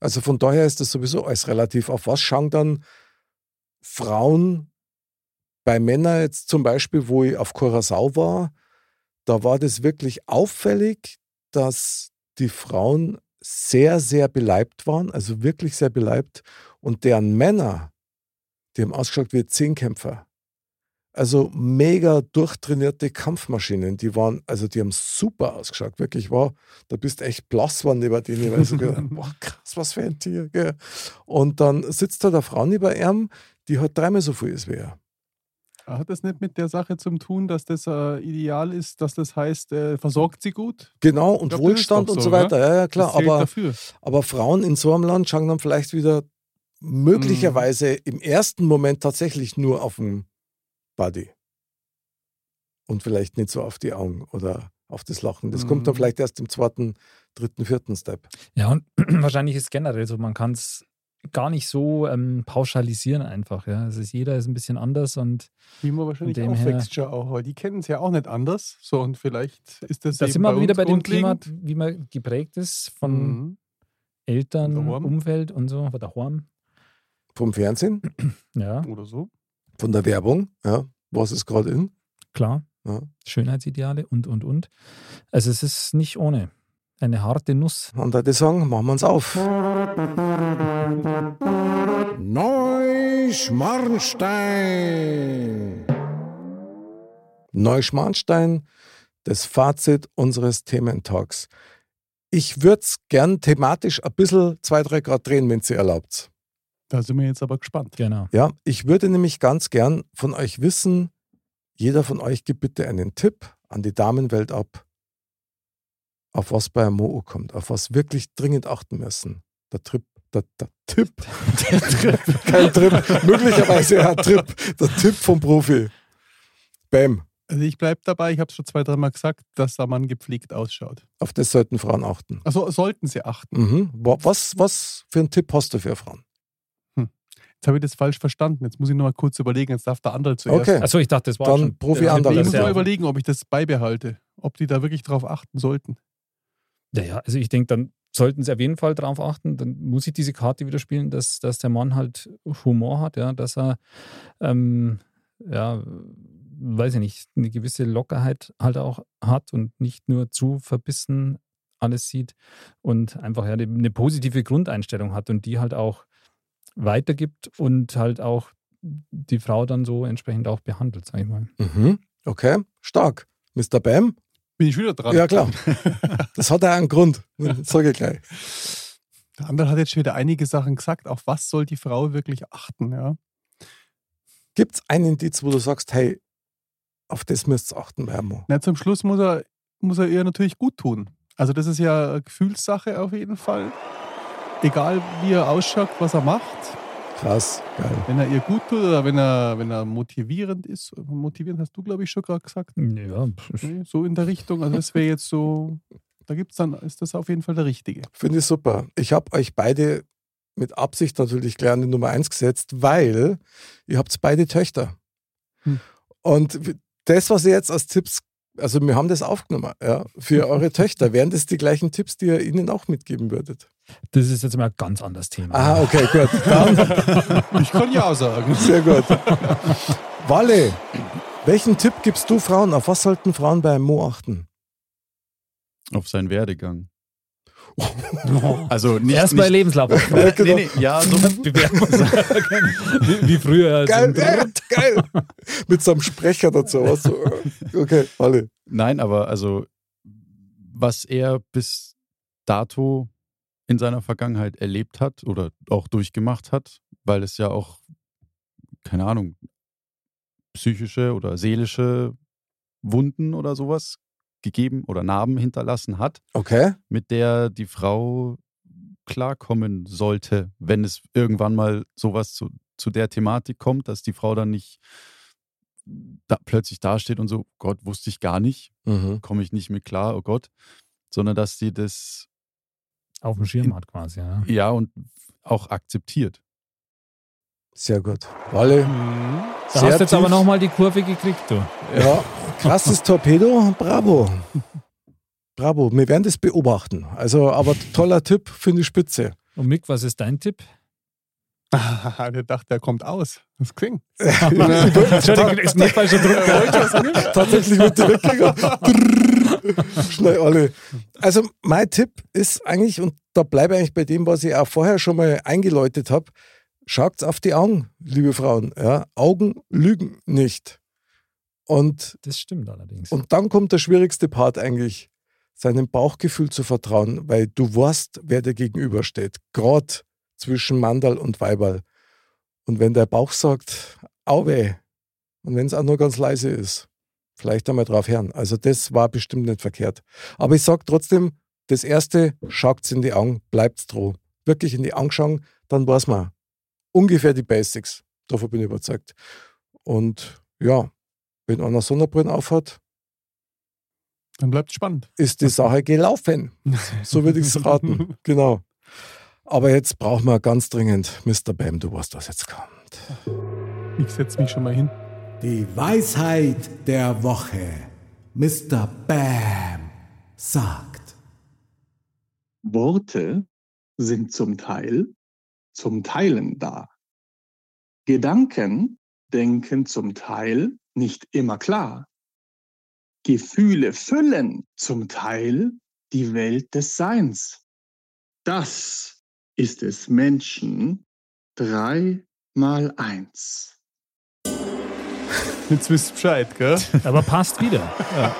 Also von daher ist das sowieso alles relativ. Auf was schauen dann Frauen bei Männern jetzt zum Beispiel, wo ich auf Curacao war, da war das wirklich auffällig, dass die Frauen sehr, sehr beleibt waren, also wirklich sehr beleibt und deren Männer, die haben ausgeschaut wie Zehnkämpfer. Also mega durchtrainierte Kampfmaschinen, die waren, also die haben super ausgeschaut, wirklich war, da bist echt blass geworden über den jeweils. Boah, krass, was für ein Tier. Gell? Und dann sitzt da der Frau neben ihm, die hat dreimal so viel ist wie er.
hat das nicht mit der Sache zu tun, dass das äh, ideal ist, dass das heißt, äh, versorgt sie gut?
Genau, und
Ich glaub, das ist
Wohlstand
doch
und
so,
so weiter. Ja, ja, klar.
das zählt
Aber,
dafür.
aber Frauen in so einem Land schauen dann vielleicht wieder
Mhm.
möglicherweise im ersten Moment tatsächlich nur auf den Body. Und vielleicht nicht so auf die Augen oder auf das Lachen. Das kommt dann
Mhm.
vielleicht erst im zweiten, dritten, vierten Step.
Ja, und wahrscheinlich ist generell so, man kann es gar nicht so ähm, pauschalisieren einfach. Ja. Es ist, jeder ist ein bisschen anders und
Die man wahrscheinlich
Von dem
aufwächst schon auch. aber Die kennen es ja auch nicht anders. So, und vielleicht ist das
da
eben
sind wir wieder
uns
bei dem Thema,
grundlegend.
wie man geprägt ist von
Mhm.
Eltern,
Daheim.
Umfeld und so, von daheim.
Vom Fernsehen,
Ja,
Oder so.
von der Werbung, ja, was ist gerade in.
klar.
Ja.
Schönheitsideale und, und, und. Also es ist nicht ohne. Eine harte Nuss.
Und da die sagen, machen wir uns auf.
Neuschmarnstein.
Neuschmarnstein, das Fazit unseres Thementalks. Ich würde es gern thematisch ein bisschen zwei, drei Grad drehen, wenn Sie erlaubt.
Da sind wir jetzt aber gespannt.
Genau.
Ja, ich würde nämlich ganz gern von euch wissen, jeder von euch gibt bitte einen Tipp an die Damenwelt ab, auf was bei Mo kommt, auf was wirklich dringend achten müssen. Der Trip, der, der Tipp, der Trip, kein Trip, möglicherweise ja Trip, der Tipp vom Profi. Bam,
Also ich bleibe dabei, ich habe es schon zwei, dreimal gesagt, dass der Mann gepflegt ausschaut.
auf das sollten Frauen achten.
Also sollten sie achten.
Mhm. Wa- Was, was für einen Tipp hast du für Frauen?
Jetzt habe ich das falsch verstanden. Jetzt muss ich noch mal kurz überlegen. Jetzt darf der andere zuerst.
Okay.
Achso, ich dachte, das war
Dann
schon.
Profi
Ja,
Ich
Das
muss
ist ja-
mal
Anderl.
überlegen, ob ich das beibehalte. Ob die da wirklich drauf achten sollten.
Ja, ja, also ich denke, dann sollten sie auf jeden Fall darauf achten. Dann muss ich diese Karte wieder spielen, dass, dass der Mann halt Humor hat, ja, dass er, ähm, ja, weiß ich nicht, eine gewisse Lockerheit halt auch hat und nicht nur zu verbissen alles sieht und einfach ja eine positive Grundeinstellung hat und die halt auch weitergibt und halt auch die Frau dann so entsprechend auch behandelt, sag ich mal.
Mhm. Okay, stark. Mr. Bam?
Bin ich wieder dran?
Ja, klar. Das hat ja einen Grund. Sag ich gleich.
Der andere hat jetzt schon wieder einige Sachen gesagt. Auf was soll die Frau wirklich achten? Ja?
Gibt es einen Indiz, wo du sagst, hey, auf das müsst ihr achten, Wermo?
Na, zum Schluss muss er, muss er ihr natürlich gut tun. Also, das ist ja eine Gefühlssache auf jeden Fall. Egal wie er ausschaut, was er macht.
Krass, geil.
Wenn er ihr gut tut oder wenn er, wenn er motivierend ist. Motivierend hast du, glaube ich, schon gerade gesagt.
Ja,
Nee, so in der Richtung. Also, das wäre jetzt so. Da gibt's dann, ist das auf jeden Fall der Richtige.
Finde ich super. Ich habe euch beide mit Absicht natürlich gleich an die Nummer 1 gesetzt, weil ihr habt beide Töchter.
Hm.
Und w- das, was ihr jetzt als Tipps, also wir haben das aufgenommen, ja, für eure Töchter, wären das die gleichen Tipps, die ihr ihnen auch mitgeben würdet?
das ist jetzt mal ein ganz anderes Thema.
Aha, Ah, okay, gut. Dann,
Ah, Ich kann ja sagen.
sehr gut. Walle, welchen Tipp gibst du Frauen? Auf was sollten Frauen bei Mo achten?
Auf seinen Werdegang. Also nicht,
Erstmal
nicht,
Lebenslauf.
Ja, genau.
Nee, Also, nee, ja, so,
Bewerbung. wie, wie früher.
Geil,
so ein-
äh, geil. Mit so einem Sprecher dazu. Weißt du? Okay, alle.
nein, aber also, was er bis dato in seiner Vergangenheit erlebt hat oder auch durchgemacht hat, weil es ja auch, keine Ahnung, psychische oder seelische Wunden oder sowas gegeben oder Narben hinterlassen hat.
Okay.
mit der die Frau klarkommen sollte, wenn es irgendwann mal sowas zu, zu der Thematik kommt, dass die Frau dann nicht da, plötzlich dasteht und so, Gott, wusste ich gar nicht,
Mhm.
komme ich nicht mit klar, oh Gott, sondern dass sie das
Auf dem Schirm hat quasi. Ja.
ja und auch akzeptiert.
Sehr gut. Alle.
Da
Sehr
hast du jetzt
tief.
aber nochmal die Kurve gekriegt, du.
Ja, krasses Torpedo. Bravo. Bravo. Wir werden das beobachten. Also, aber toller Tipp, finde ich spitze.
Und Mick, was ist dein Tipp?
der dachte, der kommt aus. Das klingt.
Entschuldigung, ist nicht falscher
Tatsächlich wird die weggegangen. Schnell alle. Also, mein Tipp ist eigentlich, und da bleibe ich eigentlich bei dem, was ich auch vorher schon mal eingeläutet habe: Schaut auf die Augen, liebe Frauen. Ja, Augen lügen nicht. Und
Das stimmt allerdings.
Und dann kommt der schwierigste Part eigentlich, seinem Bauchgefühl zu vertrauen, weil du weißt, wer dir gegenübersteht. Gerade zwischen Mandal und Weiberl. Und wenn der Bauch sagt, auwe, und wenn es auch nur ganz leise ist, vielleicht einmal drauf hören. Also das war bestimmt nicht verkehrt. Aber ich sage trotzdem, das Erste, schaut's in die Augen, bleibt's droh. Wirklich in die Augen schauen, dann weiß man ungefähr die Basics. Davon bin ich überzeugt. Und ja, wenn einer Sonnenbrillen aufhat,
Dann bleibt spannend.
ist die Sache gelaufen. So würde ich es raten. Genau. Aber jetzt brauchen wir ganz dringend, Mr. Bam, du weißt, was jetzt kommt.
Ich setze mich schon mal hin.
Die Weisheit der Woche. Mr. Bam sagt.
Worte sind zum Teil zum Teilen da. Gedanken denken zum Teil nicht immer klar. Gefühle füllen zum Teil die Welt des Seins. Das ist es Menschen 3 mal 1.
Jetzt wisst ihr Bescheid, gell?
Aber passt wieder. Ja.